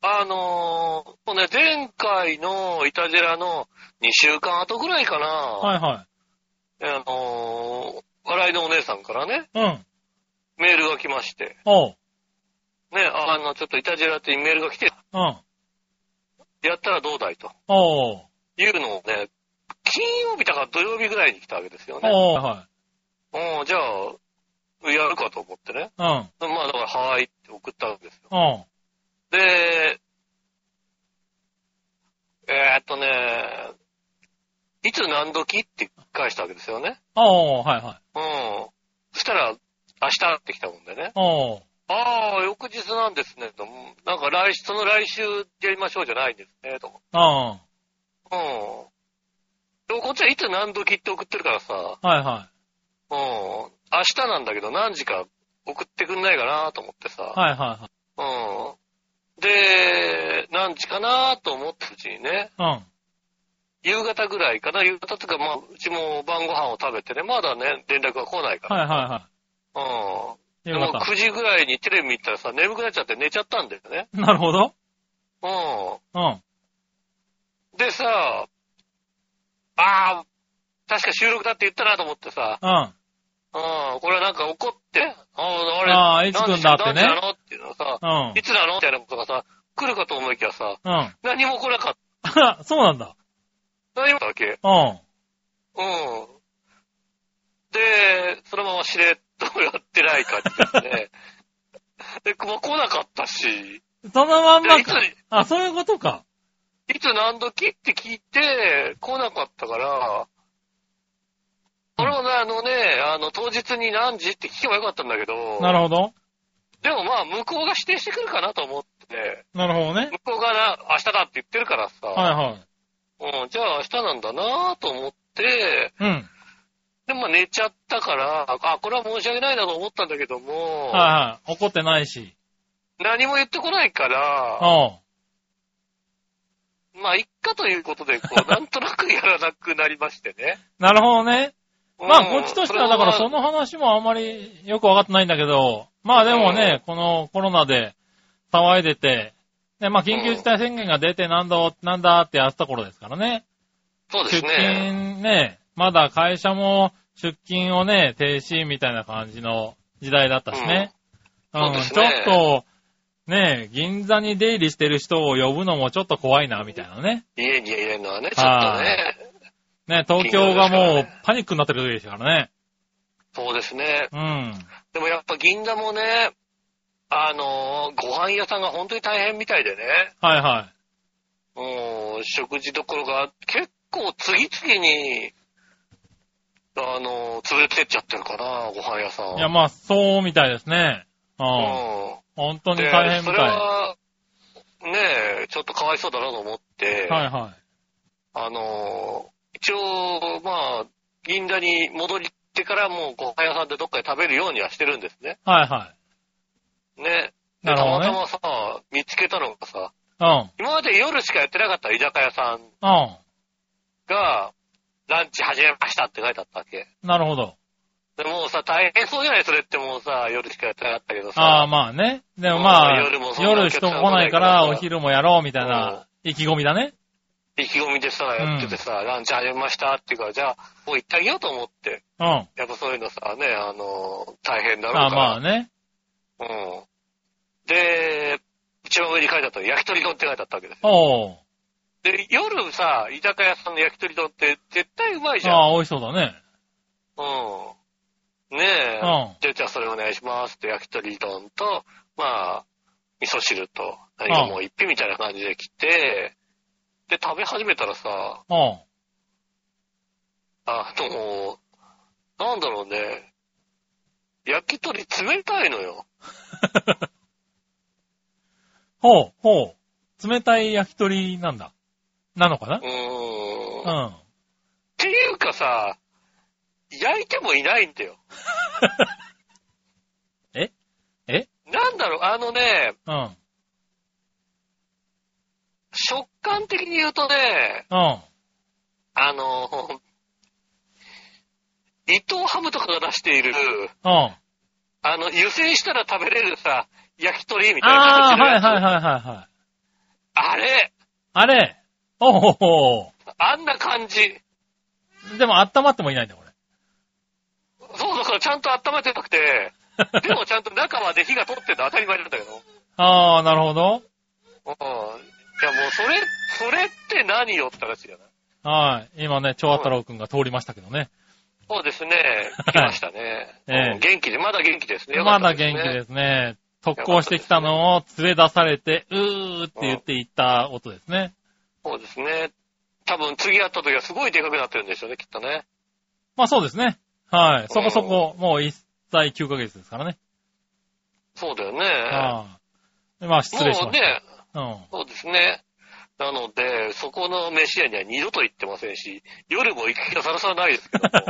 あのー、もうね、前回のイタジェラの2週間後ぐらいかな。はいはあのー、笑いのお姉さんからね、い。うん。メールが来まして、おう。ね、ああの、ちょっとイタジェラってメールが来て、うん。やったらどうだいとおう。いうのをね、金曜日だから土曜日ぐらいに来たわけですよね。おう。はうん、じゃあ、やるかと思ってね。い。うん。まあ、だから、はーいって送ったんですよ。おう。で、えーっとね、いつ何時って返したわけですよね。おう。はいはい。うん。そしたら、明日って来たもんでね。おう。ああ、翌日なんですね、と。うんなんか来週、その来週やりましょうじゃないんですね、と。うん。はうん。でもこっちはいつ何時って送ってるからさ、いはうん。明日なんだけど何時か送ってくんないかなと思ってさ、い。はいはいはい。うん。で、何時かなと思ったうちにね、うん。夕方ぐらいかな、夕方とか、まあ、うちも晩ご飯を食べてね、まだね、連絡が来ないから。はいはいはうん。い。でよもかっ9時ぐらいにテレビ見たらさ、眠くなっちゃって寝ちゃったんだよね。た。なるほど。うん。うん。でさ、ああ、確か収録だって言ったなと思ってさ、うん。うん、これはなんか怒って、ああ、あれ、ああ、いつ何くん時だって何時なね。のっていうのさ、うんい。つなのみたいなことがさ、来るかと思いきやさ、うん。何も来なかっあらそうなんだ。た。何も来なかったわけ。うん。うん。で、そのまましれっとやってない感じですね。 で、もう来なかったし、そのまんでまいつか。、あ、そういうことか。いつ何時って聞いて、来なかったから、俺もね、あのね、あの、当日に何時って聞けばよかったんだけど、なるほど。でもまあ、向こうが指定してくるかなと思って、なるほどね。向こうがな、明日だって言ってるからさ、はいはい。うん、じゃあ明日なんだなと思って、うん。でもまあ寝ちゃったから、あ、これは申し訳ないなと思ったんだけども、はいはい。怒ってないし。何も言ってこないから、おう。まあ、いっかということで、こ う、なんとなくやらなくなりましてね。なるほどね。 まあ、うこんっちとしては、だからその話もあんまりよくわかってないんだけど、まあでもね、このコロナで騒いでて、ね、まあ緊急事態宣言が出てなんだ、なんだってやってた頃ですからね。そうで出すね。勤ね、まだ会社も出勤をね、停止みたいな感じの時代だったしね。うんそうですちょねっと、ねえ、銀座に出入りしてる人を呼ぶのもちょっと怖いな、みたいなね。家に入れるのはね、ちょっとね、ねえ、東京がもうパニックになってる時ですからね。そうですね。うん。でもやっぱ銀座もね、あのーご飯屋さんが本当に大変みたいでね、はいはうん、食事どころが結構次々に、あのー潰れてっちゃってるかな、ご飯屋さん。い。いや、まあ、そうみたいですね。う。うんん。本当にで大変みそたい。れは、ねえ、ちょっとかわいそうだなと思って、はいはあの、一応、まあ、銀座に戻りってからもうご飯屋さんでどっかで食べるようにはしてるんですね。い。はいはね。い。でなるたほまたどね。まさ、見つけたのがさ、うん。今まで夜しかやってなかった居酒屋さんうが、ランチ始めましたって書いてあったわけ。ん。なるほど。でもうさ、大変そうじゃないそれってもうさ、夜しかやってなかったけどさ。ああ、まあね。でもまあ、うん夜もそんな夜人も来ないから、お客さんも来ないからお昼もやろうみたいな意気込みだね。意気込みでさ、やっててさ、ランチ始めましたっていうから、じゃあ、もう行ってあげようと思って。うん。あやっぱそういうのさ、ね、あの、大変だろうあかまら。あね。うん。で、一番上に書いてあったの焼き鳥丼って書いてあったわけですよ。おうで、夜さ、居酒屋さんの焼き鳥丼って絶対うまいじゃん。ああ、美味しそうだね。うん。ねえ。うんで、じゃあそれお願いしますって焼き鳥丼と、まあ、味噌汁と、何かもう一品みたいな感じで来て、で、食べ始めたらさ、うん。あの、なんだろうね。焼き鳥冷たいのよ。ほう、ほう。冷たい焼き鳥なんだ。なのかなうーん。うん。あっていうかさ、焼いてもいないんだよ。 ええなんだろう、あのね、うん。食感的に言うとね、うん。あの、伊藤ハムとかが出している、うん。あの、湯煎したら食べれるさ、焼き鳥みたいなあ感あー、じのはやいつはいはいはいはい。あれ、あれおほほあんな感じ。ほでも温まってもいないんだ、これ。そうだからちゃんと温めてなく て、でもちゃんと中まで火が通ってるの当たり前なんだけど。ああ、なるほど。うん。いやもうそれ、それって何よって話じゃないはい。今ね、蝶太郎くんが通りましたけどね。そうですね。来ましたね。 ええうん元気で、まだ元気ですね。まだ元気す。ですね。特攻してきたのを連れ出されて、うーって言っていった音ですね。そうですね。多分次会った時はすごいでかくなってるんでしょうね、きっとね。まあそうですね。はい。そこそこ、もう1歳9ヶ月ですからね。そうだよあね。あ。でまあ失礼しもうました。ね、うん。そうですね。なので、そこの飯屋には二度と行ってませんし、夜も行く気がさらさらないです けども。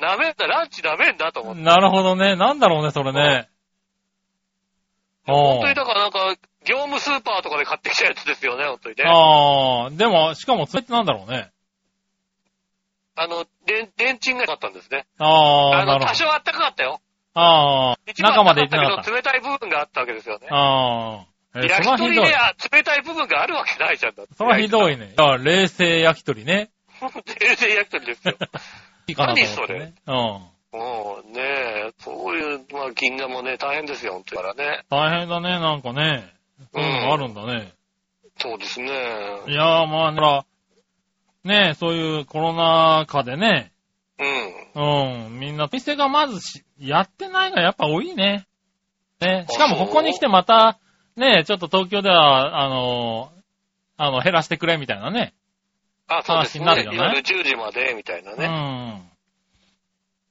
ダメだ、ランチダメだと思って。なるほどね。なんだろうね、それね。本お当にだからなんか、業務スーパーとかで買ってきたやつですよね、本当にね。ああ、でも、しかも、それってなんだろうね。あの、電、電鎮がなかったんですね。あああ、なの、るほ多ど。少あったかかったよ。ああ、一番中まで行って暖なかかっっけたど、冷たい部分があったわけですよねた。。ああ、えー焼それきはひ鳥どいで。あ冷たい部分があるわけないじゃんだって。それは ひどいね。だから冷製焼き鳥ね。全然焼き鳥ですよ。いいかなと思何っそてれね。うん。もうねえ、そういう、まあ、銀座もね、大変ですよ、本当からね。大変だね、なんかね。そういうのがあるんだね。そうですね。いやー、まあ、だから、ねそういうコロナ禍でね、うん。うん、みんな、店がまずし、やってないがやっぱ多いね。ね、しかもここに来てまた、ね、ちょっと東京では、あのー、あの、減らしてくれみたいなね。あ、そうですね。話になるよね夜10時まで、みたいなね。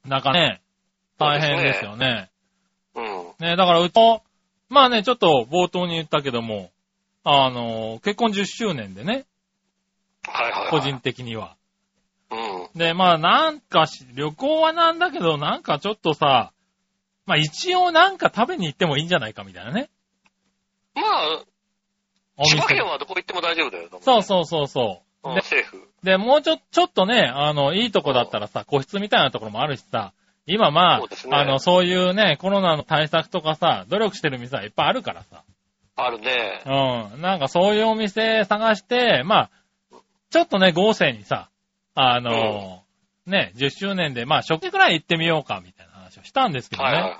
うん。なんかね、大変ですよね。うん。ね、だからうちも、まあね、ちょっと冒頭に言ったけども、あのー、結婚10周年でね、はいはい、はい。個人。的には。うん。で、まあなんかし、旅行はなんだけど、なんかちょっとさ、まあ一応なんか食べに行ってもいいんじゃないかみたいなね。まあ、お千店葉県はどこ行っても大丈夫だよ。そうそうそうそうん。政府。う。で、もうちょ、ちょっとね、あの、いいとこだったらさ、個室みたいなところもあるしさ、今まそうですねあ、あの、そういうね、コロナの対策とかさ、努力してる店はいっぱいあるからさ、あるね。うん、なんかそういうお店探して、まあ、ちょっとね、豪勢にさ、あの、ね、10周年で、まあ、食事くらい行ってみようか、みたいな話をしたんですけどね。はいはい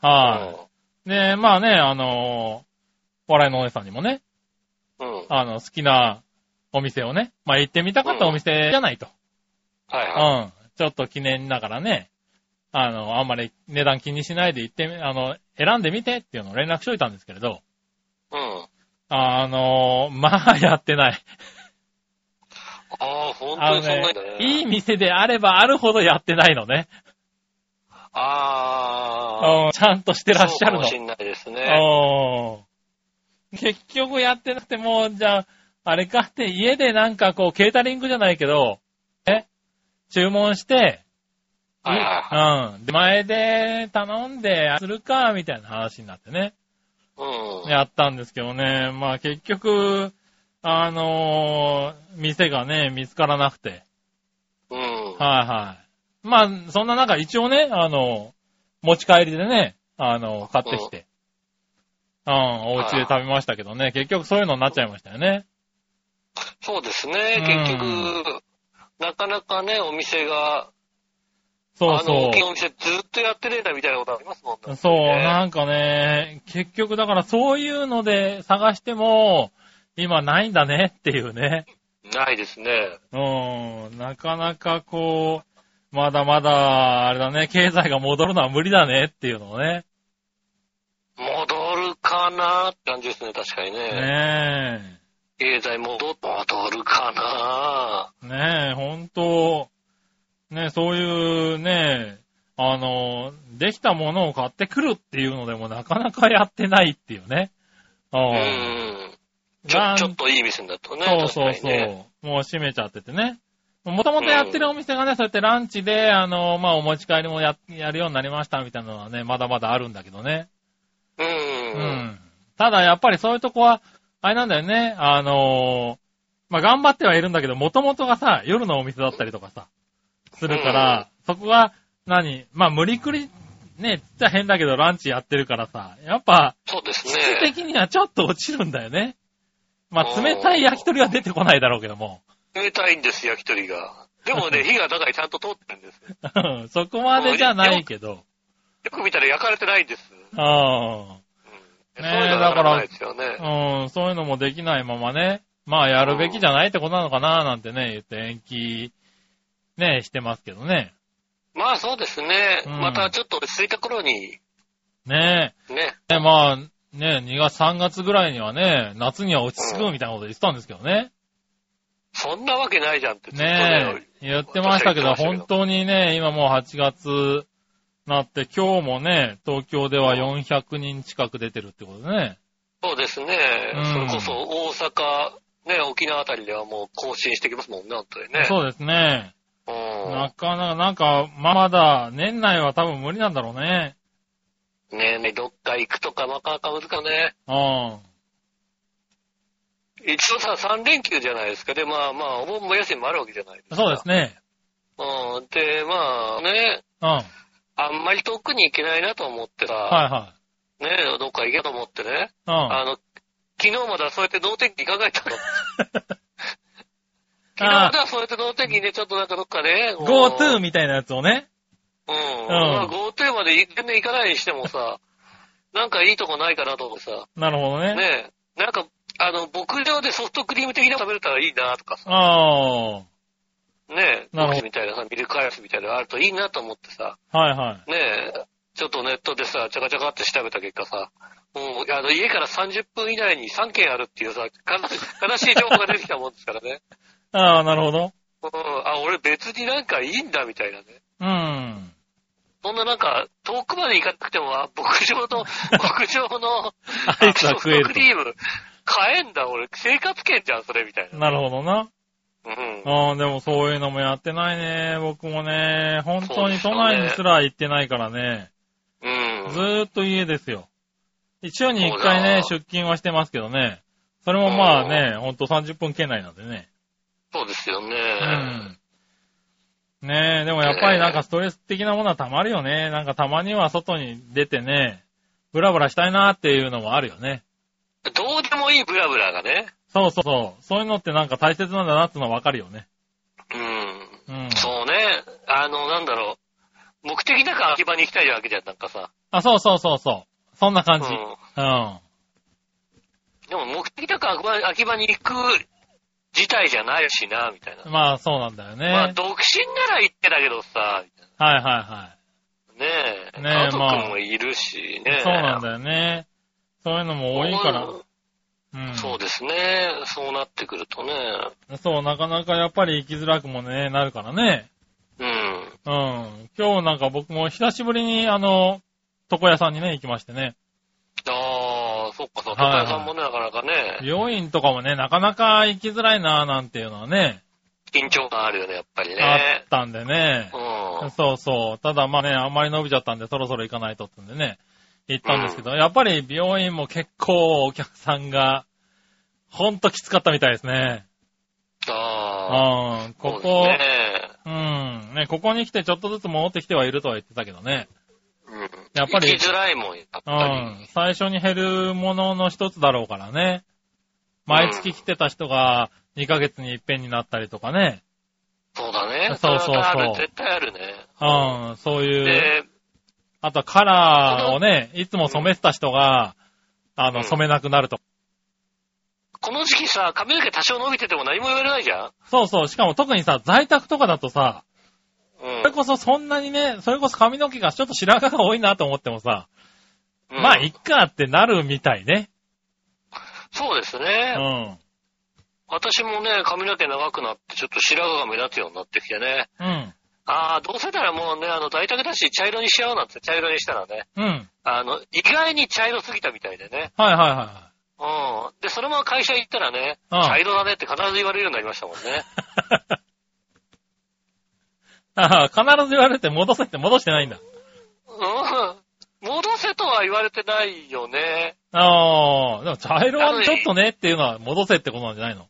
はい。で、まあね、あの笑いのお姉さんにもね、うん。はいあの、好きなお店をね、まあ、行ってみたかったお店じゃないと。うはん。ちょっと記念だからね、あの、あんまり値段気にしないで行ってみ、あの、選んでみてっていうのを連絡しといたんですけれど、い。うん。あの、まあ、やってない。ああ、本あ当のにそんねなんだね。、いい店であればあるほどやってないのね。ああ。うんちゃんとしてらっしゃるのそうかも。しんないですね。うん結局やってなくても、じゃあ、あれかって、家でなんかこう、ケータリングじゃないけど、え注文して、はいはいはい。うん。出前で頼んで、するか、みたいな話になってね。うん。やったんですけどね。まあ結局、あのー店がね、見つからなくて。うん。はいはい。まあ、そんな中、一応ね、あの、持ち帰りでね、あの、買ってきて。うん、お家で食べましたけどね、結局そういうのになっちゃいましたよね。そうですうんね。結局、なかなかね、お店が、そうあの、そ大きいお店ずっとやってねえんだみたいなことありますもんう。ね。そう、ねなんかね、結局だからそういうので探しても、今ないんだねっていうね。ないですね。うん、なかなかこう、まだまだ、あれだね、経済が戻るのは無理だねっていうのをね。戻るかなって感じですね、確かにね。ねえ。経済戻っ戻るかなねえ、ほんと、ねえ、そういうねえ、あの、できたものを買ってくるっていうのでもなかなかやってないっていうね。う。うんん。ちなょ、んちょっといい店だとね。そうそう確そかにねう。もう閉めちゃっててね。もともとやってるお店がね、そうやってランチで、あの、まあ、お持ち帰りもや、やるようになりましたみたいなのはね、まだまだあるんだけどね。う。うんん。ただ、やっぱりそういうとこは、あれなんだよね、あの、まあ、頑張ってはいるんだけど、もともとがさ、夜のお店だったりとかさ、するから、そこが、何まあ、無理くり、ね、つっちゃ変だけど、ランチやってるからさ、やっぱ、そうです質ね。的にはちょっと落ちるんだよね。まあ、うん冷たい焼き鳥は出てこないだろうけども、冷たいんです、焼き鳥が。でも ね、火が高いちゃんと通ってるんです。ようんそこまでじゃないけど、く見たら焼かれてないんです。うん。うんねえそういうのはなかなかないですよね。うん、そういうのもできないままね、まあやるべきじゃないってことなのかななんてね、言って延期、ね、してますけどね。まあそうですね。うんまたちょっと落ち着いた頃に、ねね。え。ねまあ、ね2月3月ぐらいにはね、夏には落ち着くみたいなこと言ってたんですけどね。そんなわけないじゃんってずっとねね。え、言ってましたけど、私は言って本まし当にね、今もう8月なって、今日もね、東京では400人近く出てるってことでね。そうですね。うんそれこそ大阪、ね、沖縄あたりではもう更新してきますもんね、本当にね。そうですね。うん。なかなか、なんか、まあまだ、年内は多分無理なんだろうね。ねねどっか行くとかなかなか難かね。うん。一度さ、3連休じゃないですか。で、まあまあ、お盆も休みもあるわけじゃないですか。そうですね。うん。で、まあね、うん。はいあんまり遠くに行けないなと思ってさ、はねどっか行けと思ってね。い。うん。あの、昨日まではそうやって脳天気考え たの。昨日あまではそうやって脳天気ね、ちょっとなんかどっかね。 GoTo うん。みたいなやつをね。うん。んまあ GoTo まで全然行かないにしてもさ、 なんかいいとこないかなと思ってさ、なるほどね。ねえ、なんか、あの、牧場でソフトクリーム的なの食べれたらいいなとかさ、あねえ、なるほどボックスみたいなさ、ミルクアイスみたいなのあるといいなと思ってさ、あ、はいはい。ねえ、ちょっとネットでさ、ちゃかちゃかって調べた結果さ、もう、あの、家から30分以内に3件あるっていうさ、悲悲しい情報が出てきたもんですからね。 ああ、なるほど。うん、あ、俺別になんかいいんだみたいなね。うん。そんななんか、遠くまで行かなくても、あ牧場の、牧場の、アイスは食ソフトえクるリーム、買えんだ、俺。生活圏じゃん、それ、みたいと。な。なるほどな。うん。うん、でもそういうのもやってないね。僕もね、本当にそ都うですよね内にすら行ってないからね。うん。ずーっと家ですよ。一応に一回ね、そ出勤はしてますけどね。それもまあね、ほんと30分圏内なんでね。そうですよね。うん。ねえ、でもやっぱりなんかストレス的なものはたまるよね。なんかたまには外に出てね、ブラブラしたいなっていうのもあるよね。どうでもいいブラブラがね。そうそうそう。そういうのってなんか大切なんだなってのはわかるよね。うん。うん。そうね。あの、なんだろう。目的だから秋葉に行きたいわけじゃん、なんかさ。あ、そうそうそうそう。そんなう感んじ。。うん。きたく秋葉秋葉に行く事態じゃないしな、みたいな。まあ、そうなんだよね。まはあ、い独身なら行ってたけどさ、みたいはいはなねえ。ねえ家族もいるしね。い。そうなんだよね。そういうのも多いから。うん。そうですね。そうなってくるとね。そう、なかなかやっぱり生きづらくもね、なるからね。うん。うん。今日なんか僕も久しぶりに、あの、床屋さんにね、行きましてね。ああ、そっかそっか。はいはい高さんもね、なかなかね、美容院とかもね、なかなか行きづらいなぁなんていうのはね、緊張感あるよね、やっぱりあねっ。たんでねう。ん。そうそう。ただまあね、あんまり伸びちゃったんで、そろそろ行かないとってんでね、行ったんですけど、やっぱり美容院も結構お客さんが、ほんときつかったみたいですね。ああ。うん。こそうこ、ねうん。ね、ここに来てちょっとずつ戻ってきてはいるとは言ってたけどね。うん。やっぱり行きづらいもん、やっうぱんり。。最初に減るものの一つだろうからね。毎月来てた人が2ヶ月に一遍になったりとかね。そうだね。そうそうそうれはある絶対あるね。うん、そういう。で、あとはカラーをね、いつも染めてた人が、あうの、ん染めなくなると。この時期さ、髪の毛多少伸びてても何も言われないじゃん。そうそう、しかも特にさ、在宅とかだとさ、うんそれ。こそそんなにね、それこそ髪の毛がちょっと白髪が多いなと思ってもさ、うんまあ、いっかってなるみたいね。そうですうね、ん。私もね、髪の毛長くなって、ちょっと白髪が目立つようになってきてね。うん。ああ、どうせならもうね、あの、在宅だし、茶色にしちゃおうなんて、茶色にしたらね。うん。あの、意外に茶色すぎたみたいでね。はいはいはうん。で、そのまま会社行ったらね、うん茶色だねって必ず言われるようになりましたもんね。い。 ああ、必ず言われて戻せって戻してないんだ。うん。戻せとは言われてないよね。ああ、でも茶色はちょっとねっていうのは戻せってことなんじゃないの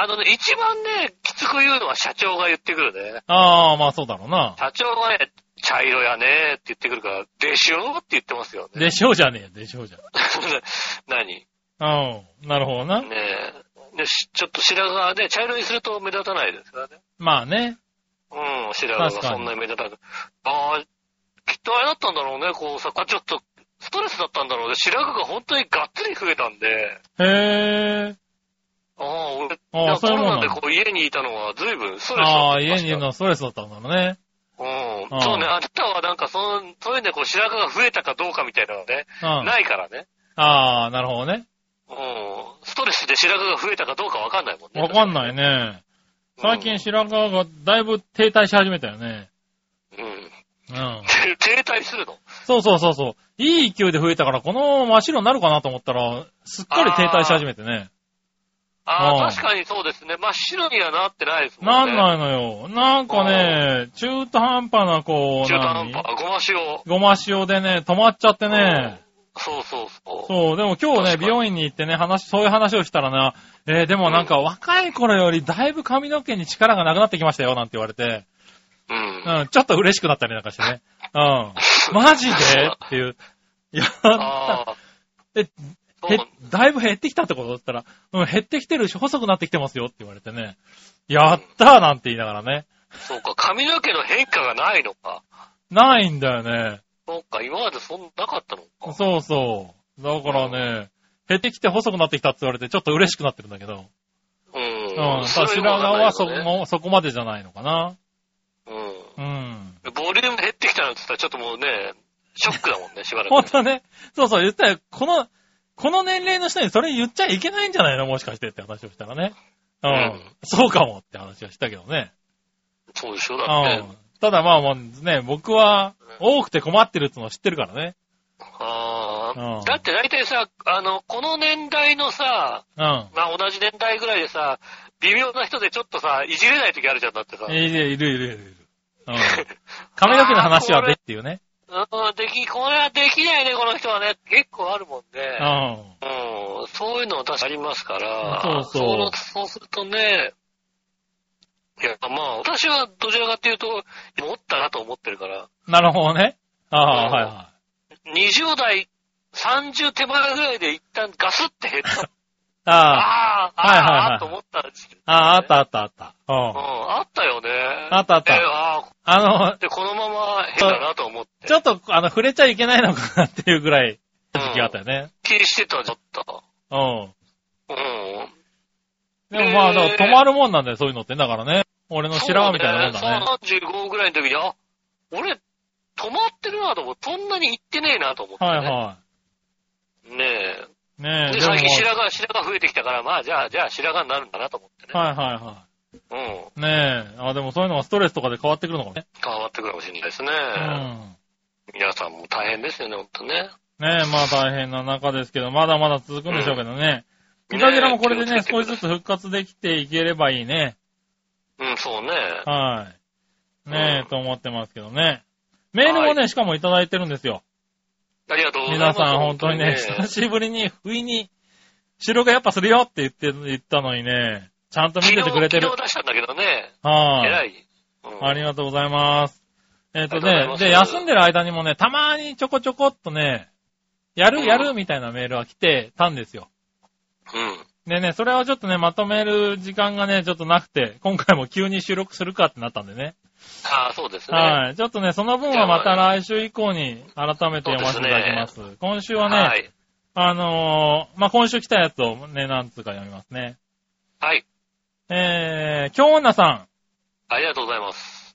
あのね、一番ね、きつく言うのは社長が言ってくるね。ああ、まあそうだろうな。社長がね、茶色やねって言ってくるから、でしょって言ってますよね。でしょうじゃねえ、でしょうじゃ。 何うん、なるほどな。ねえ。で、しちょっと白髪ね、茶色にすると目立たないですからね。まあね。うん、白髪確がかにそんなに目立たない。ああ、きっとあれだったんだろうね、こうさ、ちょっと、ストレスだったんだろうね。白髪が本当にがっつり増えたんで、へえ。ああ、俺、あなあんかコそういうロもんナなでのこう家にいたのは随分ストレスだあっあ、た家にいるのはストレスだったんだろうね。うああん。そうね、あなたはなんかその、そういうね、こう白髪が増えたかどうかみたいなのはね、うん。ないからね。ああ、なるほどね。うんストレスで白髪が増えたかどうかわかんないもんね。わかんないね。最近白髪がだいぶ停滞し始めたよね。うん。うん。 うん。て停滞するのそうそうそうそう。いい勢いで増えたから、この真っ白になるかなと思ったら、すっかり停滞し始めてね。ああああ、確かにそうですね。真っ白にはなってないですもなんんね。ないのよ。なんかね、中途半端な、こう、中途半何端。ごま塩。ごま塩でね、止まっちゃってね。そうそうそう。そう、でも今日確ね、かに美容院に行ってね、話、そういう話をしたらな、えーでもなんか若い頃よりだいぶ髪の毛に力がなくなってきましたよ、なんて言われて、うん。うん、ちょっと嬉しくなったりなんかしてね。 うん。マジでっていう。いや、ああ。えそうへだいぶ減ってきたってことだったら、うん、減ってきてるし、細くなってきてますよって言われてね。やったーなんて言いながらね。そうか、髪の毛の変化がないのか。ないんだよね。そうか、今までそんななかったのか。そうそう。だからね、減ってきて細くなってきたって言われて、ちょっと嬉しくなってるんだけど。う。うんん。それ白髪もわかんないはよそねこ、そこまでじゃないのかな。うん。うん。ボリューム減ってきたなんて言ったらちょっともうね、ショックだもんね、しばらく。ほんとね。そうそう、言ったら、この、この年齢の人にそれ言っちゃいけないんじゃないのもしかしてって話をしたらね。うん。うんそうかもって話はしたけどね。そうでしょ、うだって。ん。ただまあもうね、僕は多くて困ってるってのを知ってるからね。あうんあ。だって大体さ、あの、この年代のさ、うまあ同じ年代ぐらいでさ、微妙な人でちょっとさ、いじれない時あるじゃん、だってさ。ん。いるいるいるいるいる。うん。髪の毛の話はでっていうね。うん、でき、これはできないね、この人はね。結構あるもんうね。ん。うん、そういうのは確かありますから。そうそうそう。そうするとね、いや、まあ、私はどちらかっていうと、持ったなと思ってるから、なるほどね。ああ、はいはい。 20代、30手前ぐらいで一旦ガスって減 った。ああ、ああ、あはいはいあ、はいああと思ったんですけどねああ、あっ。たあったあった。ううん、ん。あったよね。あったあったでああ、あの、で、このまま変だなと思って。ちょっと、あの、触れちゃいけないのかなっていうぐらい、時期があったよね。気にしてた、ちょっと。うん。でもまあ、えーだから止まるもんなんだよ、そういうのって。だからね。俺の白髪みたいなもんだね。そうね35ぐらいの時に、あ、俺、止まってるなと思って、そんなに行ってねえなと思って、ね。はいはねえ。い。ねえ。で、でも最近白髪、白髪増えてきたから、まあ、じゃあ、じゃあ白髪になるんだなと思ってね。はいはいはうん。い。ねえ。あ、でもそういうのがストレスとかで変わってくるのかもね。変わってくるかもしれないですね。うん。皆さんも大変ですよね、ほんとね。ねえ、まあ大変な中ですけど、まだまだ続くんでしょうけどね。イタジラもこれでね、気をつけて少しずくつ復活できていければいいね。ださい。うん、そうね。はうい。ねんえ、と思ってますけどね。メールもはね、しかもいただいてるんですよ。ありがとうございま皆す。さん本当にね、久昨しぶりに、不意に、収録やっぱするよって言って、言ったのにね、ちゃんと見日、ててくれてる昨。日出したんだけどね。は偉い。い。うんありがとうございます。えっ、とありがとうねご、ざで、います休んでる間にもね、たまにちょこちょこっとね、やるやるみたいなメールは来てたんですよ。うん。でね、それをちょっとね、まとめる時間がね、ちょっとなくて、今回も急に収録するかってなったんでね。ああ、そうですね。はい。ちょっとね、その分はまた来週以降に改めて読ませていただきます。今週はね、はい。あのーまあ、今週来たやつをね、なんつうか読みますね。はい。えー、京女さありがとうございます。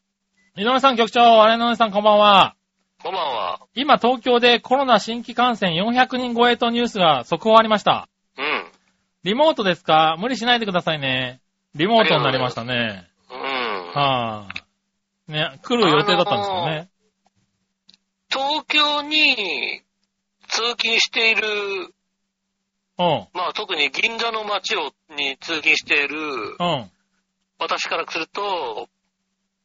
ん、井上さん局長、我々の上さんこんばんは。こんばんは。今東京でコロナ新規感染400人超えとニュースが速報ありました。うん。リモートですか無理しないでくださいね。リモートになりましたね。うん。はぁ、ね、来る予定だったんですよね。東京に通勤している、まあ特に銀座の街を、に通勤しているうん、うん。私からすると、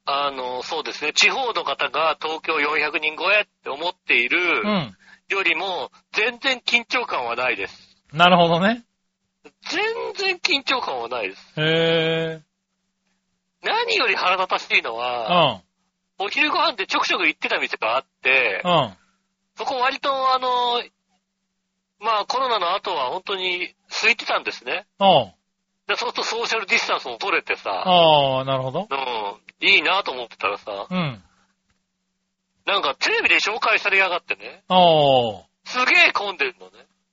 あの、そうですね、地方の方が東京400人超えって思っているうん。よりも、全然緊張感はないです。なるほどね。全然緊張感はないです。へ何より腹立たしいのぇは、ー。お昼ご飯でちょくちょく行ってた店があってう、ん、うん。そこ割とあの、まあコロナの後は本当に空いてたんですね。おうで、そうするとソーシャルディスタンスも取れてさ、ああ、なるほど。うん、いいなと思ってたらさ、うん。なんかテレビで紹介されやがってね、おー。すげえ混んでるのね。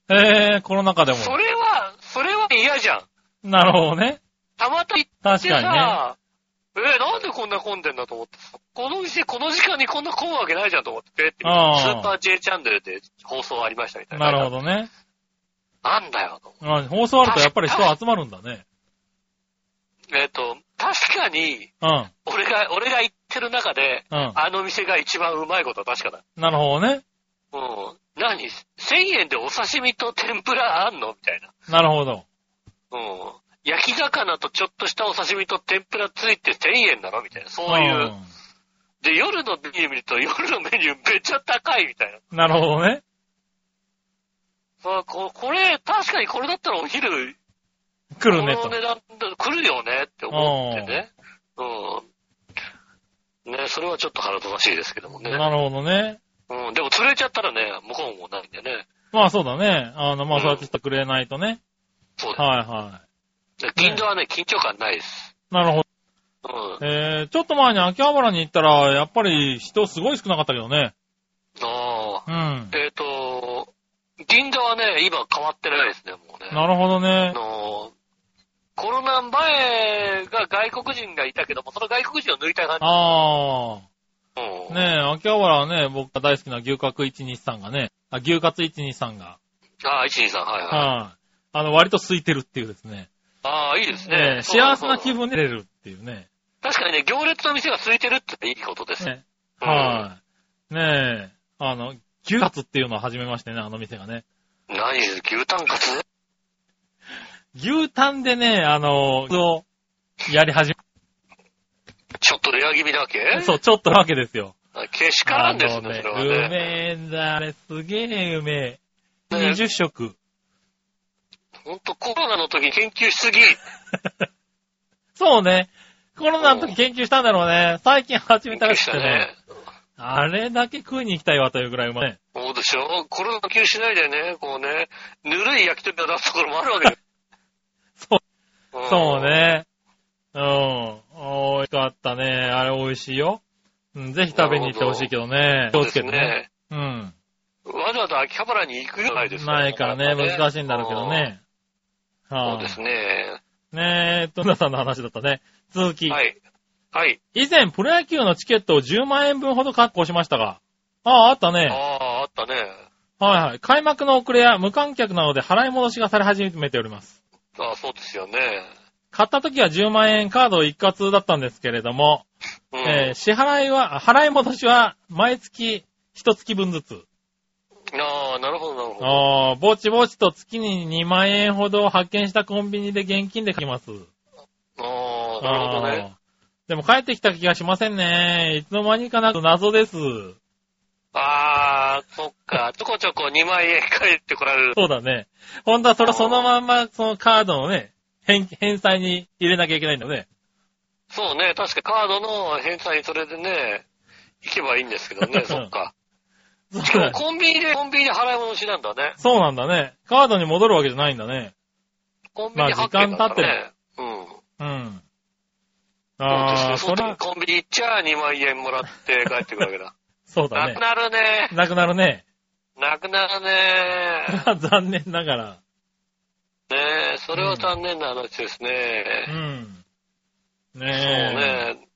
えー、コロナ禍でも。それは、それは嫌じゃん。なるほどね。たまた行って確かにね。さ、えーなんでこんな混んでんだと思ってさ、この店、この時間にこんな混むわけないじゃんと思って、ペッて見たあらースーパー J チャンネルで放送ありましたみたいな。なるほどね。なんだよと思あ放送あるとやっぱり人集まるんだね。って。えっ、と、確かに、うん、俺が、俺が行ってる中で、うん。あの店が一番うまいことは確かだ。なるほどね。うん。何 ?1000 円でお刺身と天ぷらあんのみたいな。なるほど。うん。焼き魚とちょっとしたお刺身と天ぷらついて1000円なのみたいな。そういう。で、夜のメニュー見ると、夜のメニューめっちゃ高いみたいな。うんなるほどね。そうここれ、確かにこれだったらお昼、来るねこのと。値段で来るよねって思ってね。うん。ね、それはちょっと腹立たしいですけどもね。なるほどね。うん。でも釣れちゃったらね、向こうもないんでね。まあそうだね。あの、まあうんそうやってしてくれないとね。そうだ。はいはで銀座はね、緊張感ないです。い。なるほど。うん。えー、ちょっと前に秋葉原に行ったら、やっぱり人すごい少なかったけどね。ああ。うん。えっ、と、銀座はね、今変わってないですね、もうね。なるほどあね。のコロナ前が外国人がいたけども、その外国人を抜いた感じ。あうー。んねえ、秋葉原はね、僕が大好きな牛角123がね、あ、牛カツ123が、ああ、123、はいはい。はい。あの、割と空いてるっていうですね。ああ、いいですえねえ。幸せな気分。分で出れるっていうね。確かにね、行列の店が空いてるっていいことです。ねうんはい。ねえ、あの、牛カツっていうのを始めましてね、あの店がね。何牛タンカツ牛タンでね、あの、をやり始ちょっとレア気味だっけめ、そう、ちょっとなわけですよ。あけしからんですあのね、それはうね。めえんだ、あれ、すげえうめえ。ね20食。ほんとコロナの時研究しすぎ。そうね。コロナの時研究したんだろうね。最近始め研たら究ししたくてね。ね。あれだけ食いに行きたいわというぐらいうまい。そうでしょコロナ研究しないでね、こうね、ぬるい焼き鳥を出すところもあるわけよ。 そううんそう。ね。うん。美味しかったね。あれ美味しいよ。うん、ぜひ食べに行ってほしいけどね。気そうをでつすけてね。ね。うん。わざわざ秋葉原に行くじゃないですか。ないからね、難しいんだろうけどね。うん。はそうですね。ねねえ、えっと、皆さんの話だったね。続き。はい。はい。以前、プロ野球のチケットを10万円分ほど確保しましたが、ああ、あったね。ああー、あったね。はいはい。開幕の遅れや無観客なので払い戻しがされ始めております。ああ、そうですよね。買った時は10万円カード一括だったんですけれども、うん。えー支払いは、あ払い戻しは毎月一月分ずつ。ああ、なるほど、なるほど。あーぼちぼちと月に2万円ほど発見したコンビニで現金で書きます。ああ、なるほどね。あーでも帰ってきた気がしませんね。いつの間にかなく謎です。ああ、そっか。ちょこちょこ2万円返ってこられる。そうだね。ほんとはそれそのまんま、そのカードのね、返、返済に入れなきゃいけないんだよね。そうね。確かカードの返済にそれでね、行けばいいんですけど ね。そっか。そうしかもだねコンビニで、コンビニで払い戻しなんだね。そうなんだね。カードに戻るわけじゃないんだね。コンビニ発見なんだね。うん。うん。そうああ、ですねそ本当にれ、コンビニ行っちゃ2万円もらって帰ってくるわけだ。 そうだなねく。なるね。なくなるね。 なくなるね。残念ながら。ねえ、それは残念な話ですうね。ん。そうねえ。ね。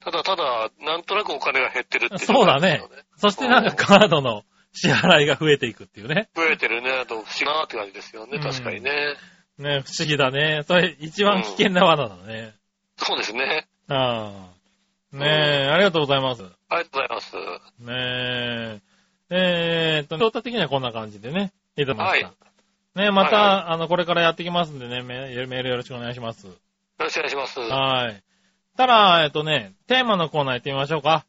ただただ、なんとなくお金が減ってるっていそうのがあだねるんですよ。そしてなんかカードの支払いが増えていくっていうね。増えてるね。と不思議なって感じですよね。うん確かにね。ねえ不思議だね。それ一番危険な罠だね。そうですね。ああ。ねえ、ありがとうございます。ありがとうございます。ねえ。えーっと、調査的にはこんな感じでね、いただきました。はねえ、また、はいあの、これからやってきますんでね、メメールよろしくお願いします。よろしくお願いします。はい。たら、えっとね、テーマのコーナー行ってみましょうか。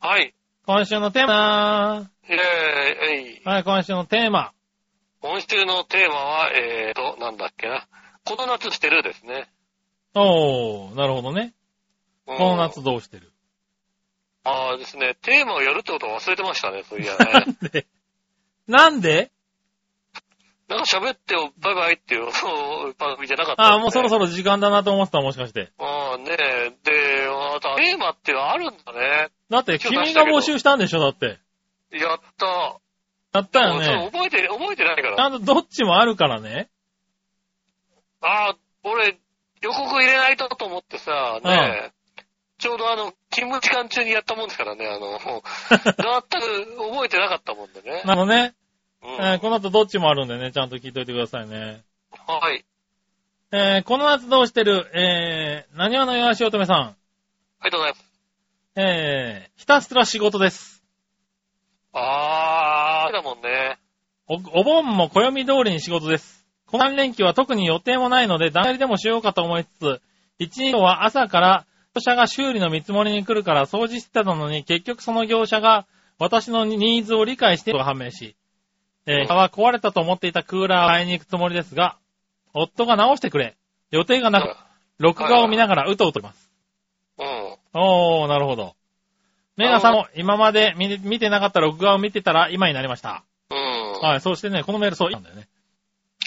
はい。今週のテーマえー、えい。はい、今週のテーマ。今週のテーマは、えーと、なんだっけな。この夏してるですね。おー、なるほどね。ここの夏どうしてるああですね、テーマをやるってことを忘れてましたね、そうい やね。なんでなんでなんか喋ってよ、バイバイっていう そう番組じゃなかった、あー、もうそろそろ。ろ時間だなと思ってた、もしかして。ああねえ、で、あたテーマってあるんだね。だって、君が募集したんでしょ、だって。やった。やったよもうね。覚えて、覚えてないかちゃら。んとどっちもあるからね。ああ、俺、予告入れないとと思ってさ、ねえ、ちょうどあの、勤務時間中にやったもんですからね、あ の、もう全く覚えてなかったもんでね。なのね、うんえーこの後どっちもあるんでね、ちゃんと聞いといてくださいね。はい。えーこの夏どうしてる、えー、何話のよしおとめさありがとうございます。ん。えー、ひたすら仕事です。ああ、だもんね。お、お盆も暦通りに仕事です。この3連休は特に予定もないので、段取りでもしようかと思いつつ、1、2号は朝から、業者が修理の見積もりに来るから掃除してたのに、結局その業者が私のニーズを理解していることが判明し、えー、蚊は壊れたと思っていたクーラーを買いに行くつもりですが、夫が直してくれ。予定がなく、録画を見ながらうとうといます。うん。おー、なるほど。メガさんも今まで見て見てなかった録画を見てたら今になりました。うん。はい、そしてね、このメールそうなんだよね。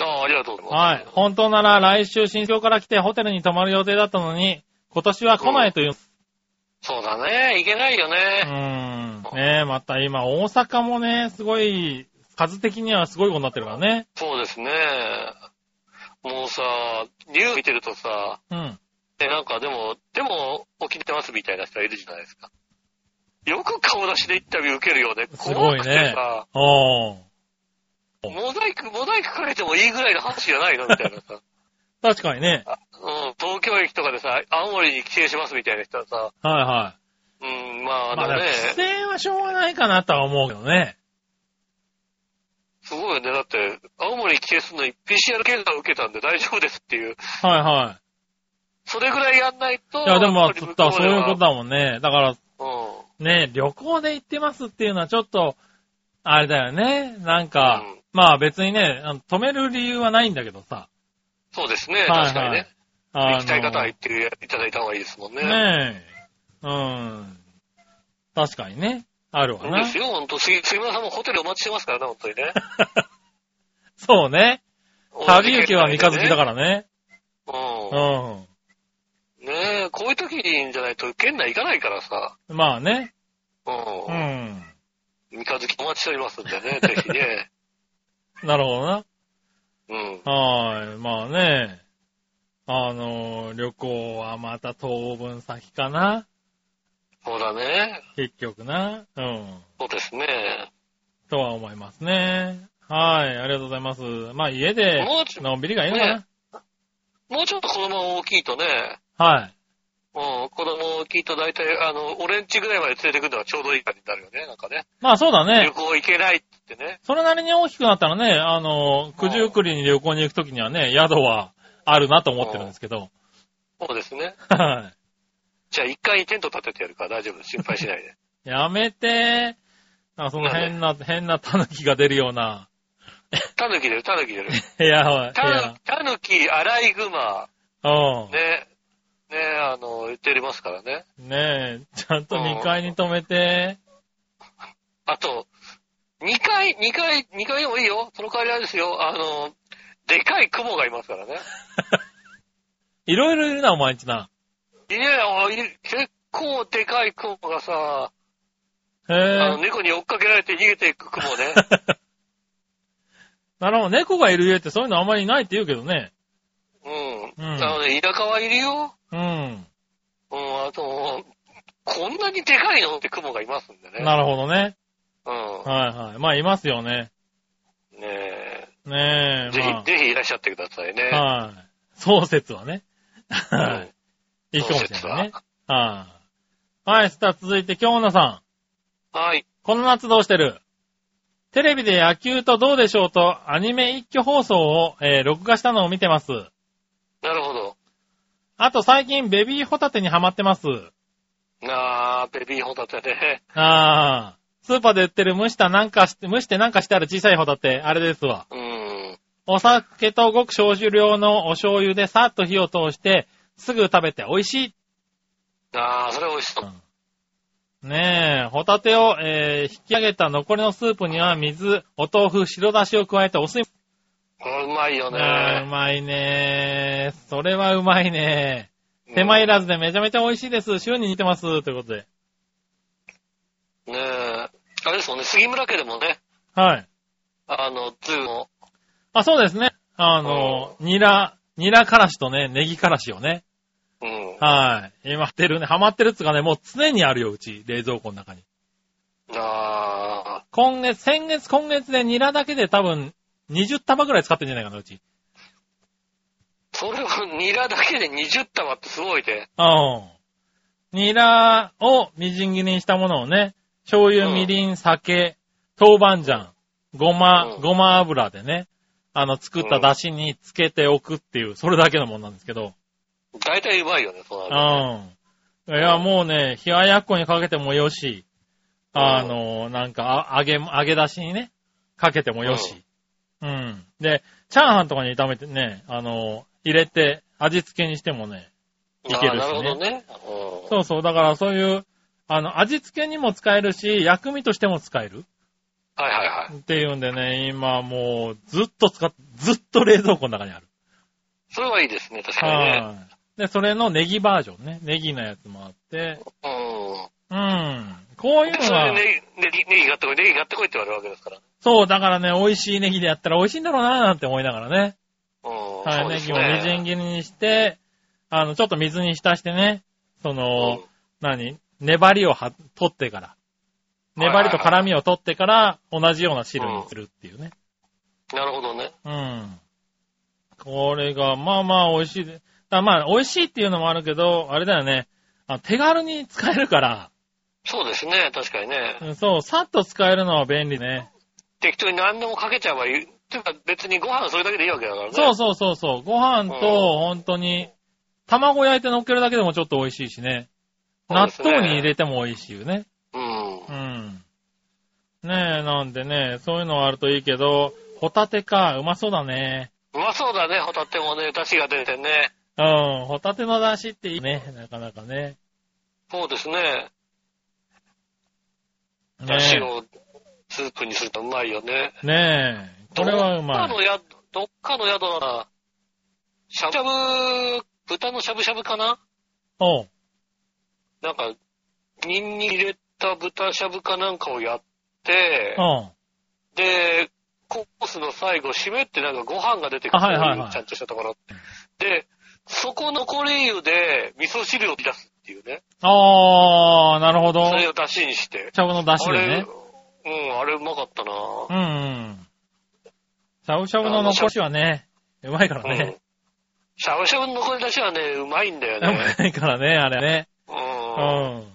ああ、ありがとうございはい、ます。本当なら来週新京から来てホテルに泊まる予定だったのに、今年は来ないという。そうだね。いけないようーね。ん。ねえ、また今大阪もね、すごい、数的にはすごいことになってるからね。そうですね。もうさ、ニュース見てるとさ、うん。え、なんかでも、でも、起きてますみたいな人がいるじゃないですか。よく顔出しでインタビュー受けるよね。すご怖いねくてさおー。モザイク、モザイクかけてもいいぐらいの話じゃないのみたいな さ。確かにね。うん、東京駅とかでさ、青森に帰省しますみたいな人はさ、はいはうん、まあ、い。あまのあ、だねから、規制はしょうがないかなとは思うけどね。すごいよね。だって、青森に帰省するのに PCR 検査を受けたんで 大丈夫ですっていう。はいはそれぐらいやんないと。い。いや、でもまあ、やっぱりつっ向たこらそういうことでだもんね。だから、は。ね、旅行で行ってますっていうのはちょっと、あれだよね。なんか、うんまあ別にね、あの止める理由はないんだけどさ。そうですね。はいはい確かにね。あの行きたい方は行っていただいた方がいいですもんね。ねえ。うん。確かにね。あるわそうでな。すよ、ほんと。杉杉村さんもホテルお待ちしてますからね、ほんとに ね。そうね。旅行きは三日月だからね。ら。ううん。ねえ、こういう時にじゃないと県内行かないからさ。ん。まあね。う。うんん。三日月お待ちしておりますんで ね、ぜひね。なるほどな。うん。はーい。まあね。あの、旅行はまた当分先かな。そうだね。結局な。うん。そうですね。とは思いますね。はい。ありがとうございます。まあ家でもうちょのんびりがいいのかな。ねもうちょっと子供が大きいとね、はい。うん、子供大きいと大体、あの、俺んちぐらいまで連れてくるのはちょうどいい感じになるよね、なんかね。まあそうだね旅。行行けないって言ってね。それなりに大きくなったらね、あの、九十九里に旅行に行くときにはね、宿はあるなと思ってるんですけど。そうですね。はじゃあ一回テント立ててやるから大丈夫。心配しないで。い。 やめて。あその変な、変な狸が出るようなタヌキ出る、タヌキ出る。部屋は、部タヌ屋。タヌキ、アライグマ、うん。ね、ね、あの、言っておりますからね。ねえ、ちゃんと2階に止めて。あと、2回、2回、2回でもいいよ。その代わりあれですよ。あの、でかい雲がいますからね。いろいろいるな、お前んちな。いや、いる結構でかい雲がさ、へあのえ。猫に追っかけられて逃げていく雲ね。なるほど、猫がいる家ってそういうのあんまりないって言うけどね。うん。うんあのね、田舎はいるよ。うん。うん、あと、こんなにでかいのって雲がいますんでね。なるほどね。うはいはい。まあ、いますよね。ん。ねえ。ねえ、ぜまひ、ぜひいらっしゃってくださいね。あ。はい。創説はね。はうんい。いいかもしれないね。はい。はい、そしたら続いて、京女さん。はい。この夏どうしてるテレビで野球とどうでしょうとアニメ一挙放送を、えー録画したのを見てます。なるほど。あと最近ベビーホタテにハマってます。あー、ベビーホタテね。ああ、スーパーで売ってる蒸したなんかして、蒸してなんかしてある小さいホタテ、あれですわ。うん。お酒とごく少量のお醤油でさっと火を通して、すぐ食べて美味しい。あー、それ美味しそう。ねえ、ホタテを、えー引き上げた残りのスープには水、お豆腐、白だしを加えてお吸い。これうまいよあーうね。まいねそれはうまいね手間いらずでめちゃめちゃ美味しいです。週に似てます。ということで。ねえ。あれですもんね、杉村家でもね、はい。あの、ズーの、あ、そうですね。あの、ニラ、ニラからしとね、ネギからしをね。うん。はい。今ってるね。ハマってるっつうかね、もう常にあるよ、うち。冷蔵庫の中に。あ今月、先月、今月でニラだけで多分、20束ぐらい使ってんじゃないかな、うち。ー、それはニラだけで20玉ってすごいね。うん。ニラをみじん切りにしたものをね、醤油、うんみりん、酒、豆板醤、ごまう、んごま油でね、あの、作った出汁につけておくっていう、それだけのもんなんですけど。大体うまいよね、そうのん。いや、もうね、冷ややっこにかけてもよし、あの、なんか、あ揚げ、揚げ出しにね、かけてもよし。うん。で、チャーハンとかに炒めてね、あの、入れて、味付けにしてもね、いけるしねあーなるほどね。うんそうそう、だからそういう、あの、味付けにも使えるし、薬味としても使えるはいはいはい。っていうんでね、今もう、ずっと使っ、ずっと冷蔵庫の中にある。それはいいですね、確かにね。はい。で、それのネギバージョンね。ネギのやつもあって、う。うん。こういうんで、のそれで、がネギ、ネギネギ買ってこい、ネギ買ってこいって言われるわけですから。そう、だからね、美味しいネギでやったら美味しいんだろうなーなんて思いながらね。うん。はい、そうでネすギねをみじん切りにして、あの、ちょっと水に浸してね、その、うん何粘りをは取ってから。粘りと辛みを取ってから、同じような汁にするっていうね。なるほどね。うん。これが、まあまあ美味しいで。だからまあ、美味しいっていうのもあるけど、あれだよね。あ手軽に使えるから、そうですね、確かにね。うんそう、さっと使えるのは便利ね。適当に何でもかけちゃえばいい。ていうか別にご飯それだけでいいわけだからね。そうそうそうそう。ご飯と、本当に、卵焼いて乗っけるだけでもちょっと美味しいしね。そう納ですね豆に入れても美味しいよね。うん。うん。ねえ、なんでね、そういうのあるといいけど、ホタテか、うまそうだね。うまそうだね、ホタテもね、出汁が出てね。うん、ホタテの出汁っていいね、なかなかね。そうですね。ね出汁をスープにするとうまいよね。え。ねえ、これはうまどっかのい。宿、どっかの宿な、しゃぶしゃぶ、豚のしゃぶしゃぶかなおうなんか、ニンニク入れた豚しゃぶかなんかをやって、うん。で、コースの最後、締めってなんかご飯が出てくる、あはいはいはいちゃんとしたところ。で、そこ残り湯で味噌汁を出すっていうね。あー、なるほどそ。れを出しにして。茶碗の出あ汁でれね。、うん、あれうまかったなうんうん。しゃぶしゃぶの残しはね、うまいからうんね。。しゃぶしゃぶの残り出しはね、うまいんだようね。まいからね、あれね。う。うんん。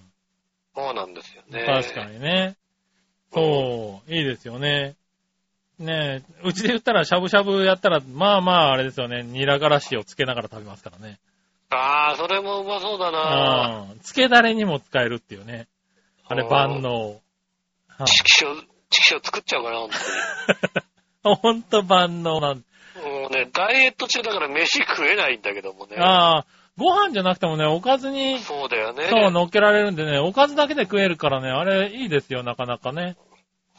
そうなんですよね。確か。にね。そう、いいですよね。ねえ、うちで言ったら、しゃぶしゃぶやったら、まあまあ、あれですよね。ニラからしをつけながら食べますからね。ああ、それもうまそうだなうん。つけだれにも使えるっていうね。あれ、うん万能。はいチキショウ、チキショウ作っちゃうかな、本 ほんと万能なん当にもうね、ダイエット中だから飯食えないんだけどもね。ああ、ご飯じゃなくてもね、おかずに、そうだよね。そう、乗っけられるんでね、おかずだけで食えるからね、あれいいですよ、なかなかね。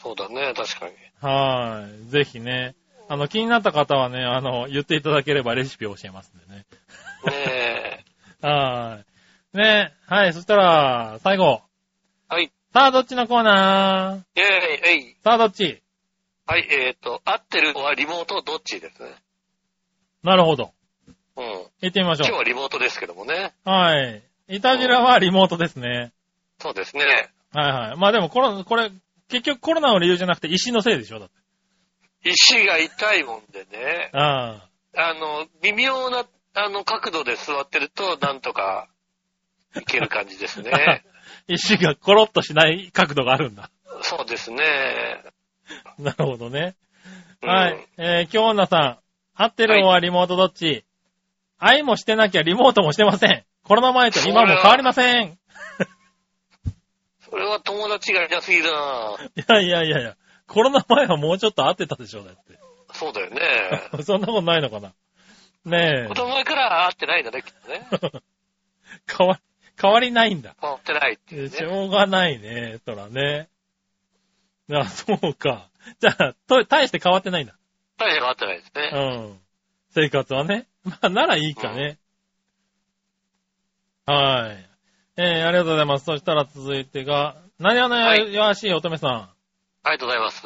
そうだね、確かに。はーい。ぜひね。あの、気になった方はね、あの、言っていただければレシピを教えますんでね。ねえ。はーい。ね、はい、そしたら、最後。はい。さあ、どっちのコーナイェーイえい。ーさあ、どっちはい、えっ、と、合ってるはリモートどっちですね。なるほど。うん。行ってみまし今日ょはリモートですけどもね。う。はい。イタジラはリモートですね。そうですね。はいはい。まあでもコロナ、これ、結局コロナの理由じゃなくて石のせいでしょだって。石が痛いもんでね。ああ。あの、微妙な、あの、角度で座ってると、なんとか、いける感じです ね。石がコロッとしない角度があるんだ。そうですね。なるほどね。うんはい。。えー、京女さん。合ってるのはリモートどっち、愛もしてなきゃリモートもしてません。コロナ前と今も変わりません。それは友達がいなすぎだないやいやいやいや。コロナ前はもうちょっと合ってたでしょ、だっそうだよ ね。て。そんなことないのかな。ね子供の前から会ってないんだね、きっとね。え。変わ、変わりないんだ。会ってないっていう、えね。しょうがないね、そらね。あ、そうか。じゃあ、と、大して変わってないんだ。大して変わってないですうね。ん。生活はね。まあ、ならいいかね。はい。えー、ありがとうございます。そしたら続いてが、何話はのい弱しい乙女さん。ありがとうございます。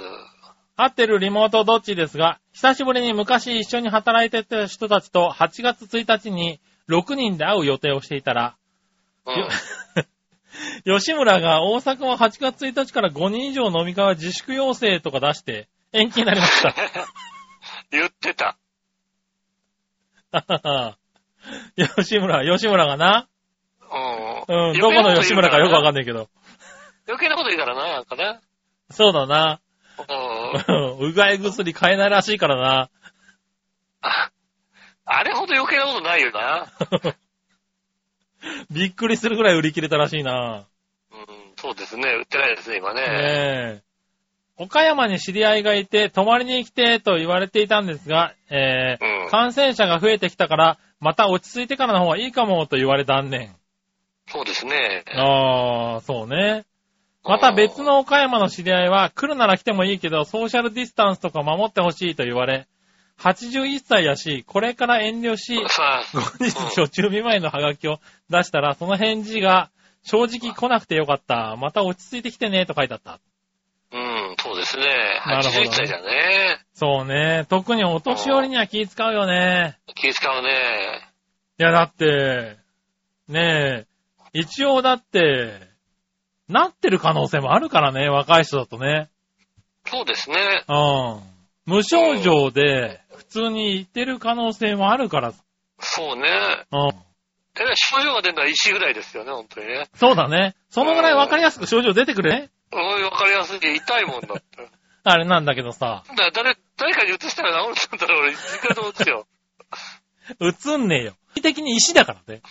合ってるリモートどっちですが、久しぶりに昔一緒に働いてた人たちと8月1日に6人で会う予定をしていたら、うん。。よ吉村が大阪は8月1日から5人以上飲み会は自粛要請とか出して延期になりました 言ってた。 吉村、吉村がな。ううん、どこの吉村かよくわかんない。ないけど。余計なこと言うからな、なんかね。そうだな。 うん。うんうがい薬買えないらしいからな。ああれほど余計なことないよな。 びっくりするぐらい売り切れたらしいな。うん、そうですね。売ってないですね、今ね。ねえ。岡山に知り合いがいて、泊まりに来てと言われていたんですが、えーうん感染者が増えてきたから、また落ち着いてからの方がいいかもと言われ断念。そうですね。ああ、そうね。また別の岡山の知り合いは、来るなら来てもいいけど、ソーシャルディスタンスとか守ってほしいと言われ、81歳やし、これから遠慮しうん。、さあ、後日初中見舞いのハガキを出したら、その返事が、正直来なくてよかった。また落ち着いてきてね、と書いてあった。うん、そうですね。なるほどね81歳だね。そうね。特にお年寄りには気使うよね。気使うね。いや、だって、ねえ、一応だって、なってる可能性もあるからね、若い人だとね。そうですね。うん。無症状で、普通にいてる可能性もあるから。そうね。うん。え、症状が出るのは石ぐらいですよね、本当にね。そうだね。そのぐらいわかりやすく症状出てくれね。うん、わかりやすい。痛いもんだって。 あれなんだけどさ、だ誰、誰かに移したら治るんだろう、俺、実家と落ちよ。うつんねえよ。意的に石だからね。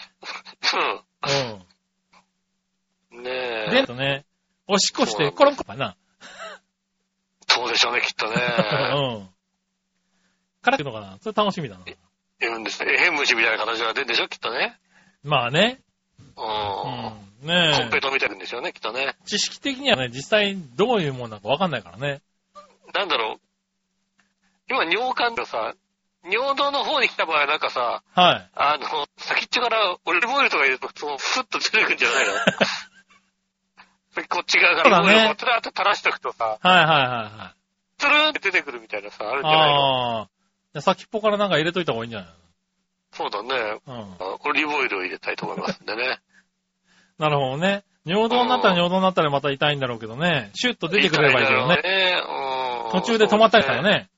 うん。ねうん。え。で、とね、おしっこしそうなんてだコロンコロンかな。そうでしょうね、きっとね。うん。からくのかな。それ楽しみだな。言うんですね。えへん虫みたいな形が出るんでしょ、きっとね。まあね。ううん。ん。コンねペえ。トみたいなんでしょうね、きっとね。知識的にはね、実際どういうもんなのかわかんないからね。なんだろう。今、尿管がさ、尿道の方に来た場合はなんかさ、はい。あの、先っちょからオリーブオイルとか入れると、そう、スッと出てくんじゃない のでこっち側からそうオだイねルをこうつらーっと垂らしとくとさ、はいはいはつるーんって出てくるみたいなさ、あるんいはい。じゃないのああ。じゃあ先っぽからなんか入れといた方がいいんじゃないそうだね。うん。あオリーブオイルを入れたいと思いますんでね。なるほどね。尿道になったら尿道になったらまた痛いんだろうけどね。シュッと出てくれればいいけどね。ね。うん途中で止まったりしたら。ね。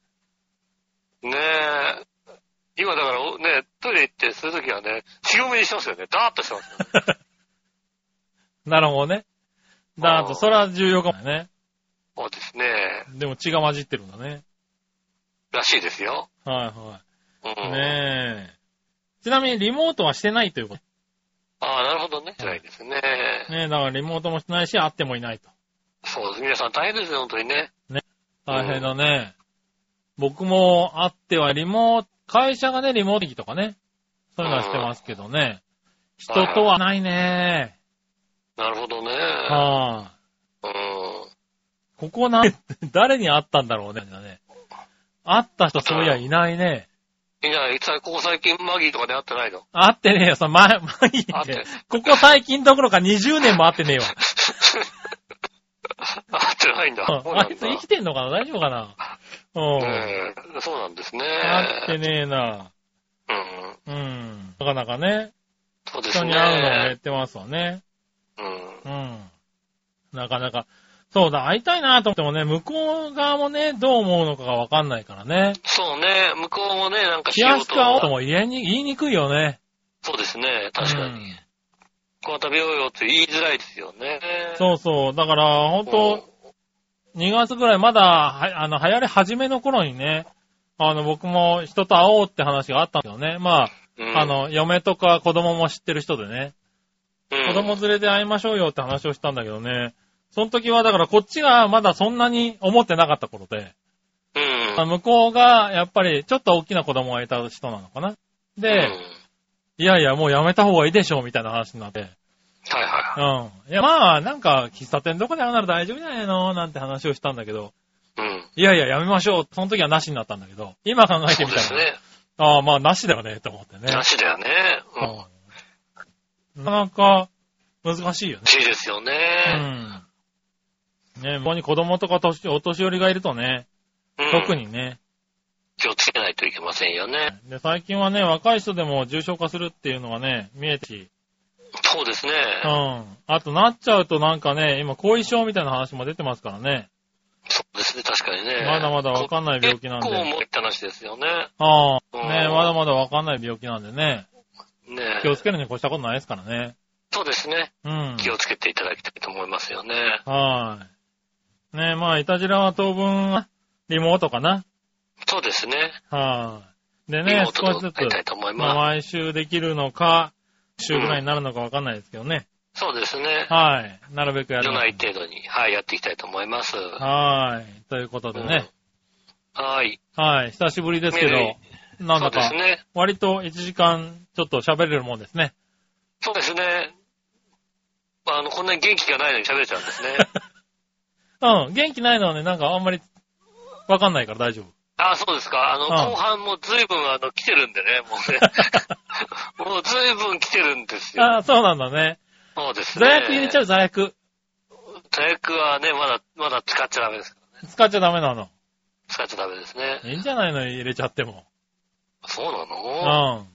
そうねえ。今だからお、ね、トイレ行ってするときはね、強めにしますよね。ダーッとしますよね。なるほどね。だーと、それは重要かもね。そうですね。でも血が混じってるんだね。らしいですよ。はいはうん。い。ねえ。ちなみにリモートはしてないというこああ、なるほどね。辛いですね。と。ねえ、だからリモートもしてないし、会ってもいないと。そうです。皆さん大変ですよ、本当にね。大変だね。僕も会ってはリモート、会社がね、リモート機とかね。そういうのはしてますけどね。人とはないね。なるほどね。はい。うん。ここな、 誰に会ったんだろうね。ね会った人そういやいないね。いや、いつはここ最近マギーとかで会ってないの 会ってねえよ、その前、前に会ってね。ここ最近どころか20年も会ってねえわ。会ってないんだ。そううんなあんいつだ。生きてんのかな大丈夫かなうん。ねえそうなんですね。会ってねえな。うん。うん。なかなかね、そうです人ね。に会うのをやってますわね。うん。うん。なかなか。そうだ、会いたいなと思ってもね、向こう側もね、どう思うのかがわかんないからね。そうね。向こうもね、なんか気仕事安く会おうとも言えに、言いにくいよね。そうですね。確かに。うんこう食べようよって言いづらいですよね。そうそう。だから、本当2月ぐらい、まだ、はあの、流行り始めの頃にね、あの、僕も人と会おうって話があったんだけどね。まうん、あ、あの、嫁とか子供も知ってる人でね、うん、子供連れで会いましょうよって話をしたんだけどね、その時は、だからこっちがまだそんなに思ってなかった頃で、うん。あ向こうが、やっぱり、ちょっと大きな子供がいた人なのかな。で、うんいやいや、もうやめた方がいいでしょ、みたいな話になって。はいはうん。いや、まあ、なんか、喫茶店どこで会うなら大丈夫じゃないのなんて話をしたんだけど、い。うん。いやいや、やめましょう。その時はなしになったんだけど、今考えてそうみでたすら、ね。ああ、まあ、なしだよね、と思ってね。なしだよね。うん。うんなかなか、難しいよね。しいですようね。ん。ね、ここに子供とか年、お年寄りがいるとね、うん特。にね。気をつけないといけませんよね。 で、最近はね、若い人でも重症化するっていうのがね、見えてきそうですね。うん。あと、なっちゃうとなんかね、今、後遺症みたいな話も出てますからね。そうですね、確かにね。まだまだわかんない病気なんで結構重いって話ですよね。ああ、うんね、まだまだわかんない病気なんでね、ね気をつけるに越したことないですからね。そうですね。うん。気をつけていただきたいと思いますよね。はい。ねえ、まあ、いたじらは当分、リモートかな。そうですね。はい。でリねモ、ー少しトずでつ会い、たいと思いまあ、ま毎週できるのか、週ぐらいになるのかわかんないですけどね。す。そうですね。はい。なるべくやじるゃない程度に、はい、やっていきたいと思います。ははい。ということでね。はい。はい。久しぶりですけねど、なんそうだでかす、ね。割と1時間ちょっと喋れるもんですね。そうですね。あの、こんなに元気がないのに喋れちゃうんですね。うん。元気ないのはね、なんかあんまりわかんないから大丈夫。あ、そうですか。あの、うん後半も随分、あの、来てるんでね、もう ね。もう随分来てるんですよ。ああ、そうなんだね。そうですね。座薬入れちゃう座薬。座薬はね、まだ、まだ使っちゃダメです。使っちゃダメなの。使っちゃダメですね。いいんじゃないの入れちゃっても。そうなうのあん。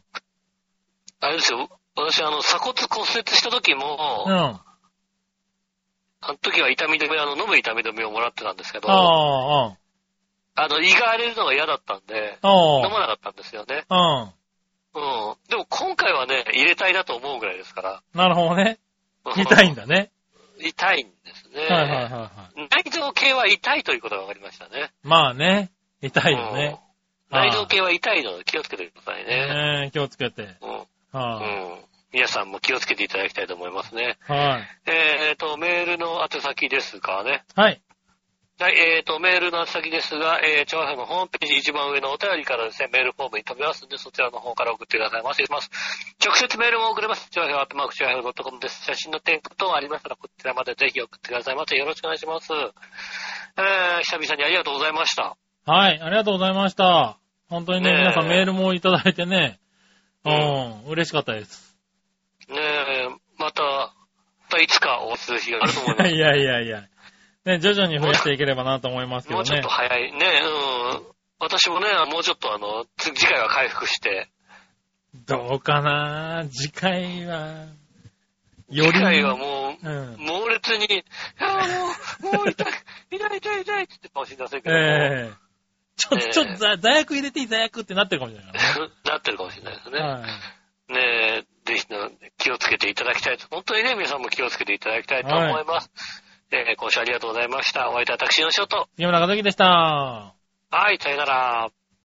れですよ。私、あの、鎖骨骨折した時も、うん。ああの時は痛み止め、あの、飲む痛み止めをもらってたんですけど、ああ、うん。の、胃が荒れるのが嫌だったんで、飲あまなかったんですよね。うあ。うん。ん。でも今回はね、入れたいだと思うぐらいですから。なるほどね。うん痛いんだね。痛いんですね。はいはいはいはい。内臓系は痛いということが分かりましたね。まあね。痛いよね。うん。内臓系は痛いので気をつけてくださいね。ねえ気をつけて。うん。うはん。皆さんも気をつけていただきたいと思いますね。い。はい。えっ、と、メールの宛先ですかね。はい。はい、えっ、と、メールの宛先ですが、えー、調和のホームページ一番上のお便りからですね、メールフォームに飛びますので、そちらの方から送ってくださいませ。します。直接メールも送れます。調和表、アットマーク、調和表 .com です。写真の添付等ありましたら、こちらまでぜひ送ってくださいませ。よろしくお願いします。えー、久々にありがとうございました。はい。ありがとうございました。本当にね、ねえ皆さんメールもいただいてね。う。うん嬉しかったです。ねえ、また、またいつかお会いする日があると思いいまやす。 いやいやいや。ね、徐々に増やしていければなと思いますけもどうちょっねと。早い。ねえ、うん。私もね、もうちょっとあの、次回は回復して、どうかな次回は、より、次回はもう、うん。猛烈に、ああ、もう、もう痛い、痛い、痛い、痛いってかもしれませんけども、ええちょっえと、えちょっと、ざ罪悪入れていい罪悪ってなってるかもしれないかなってるかもしれないですね。らね。はい。ねえ、ぜひの気をつけていただきたいと。本当にね、皆さんも気をつけていただきたいと思います。えー今週ありがとうございました。お相手は私の仕事。杉村和樹でした。はい、さよなら。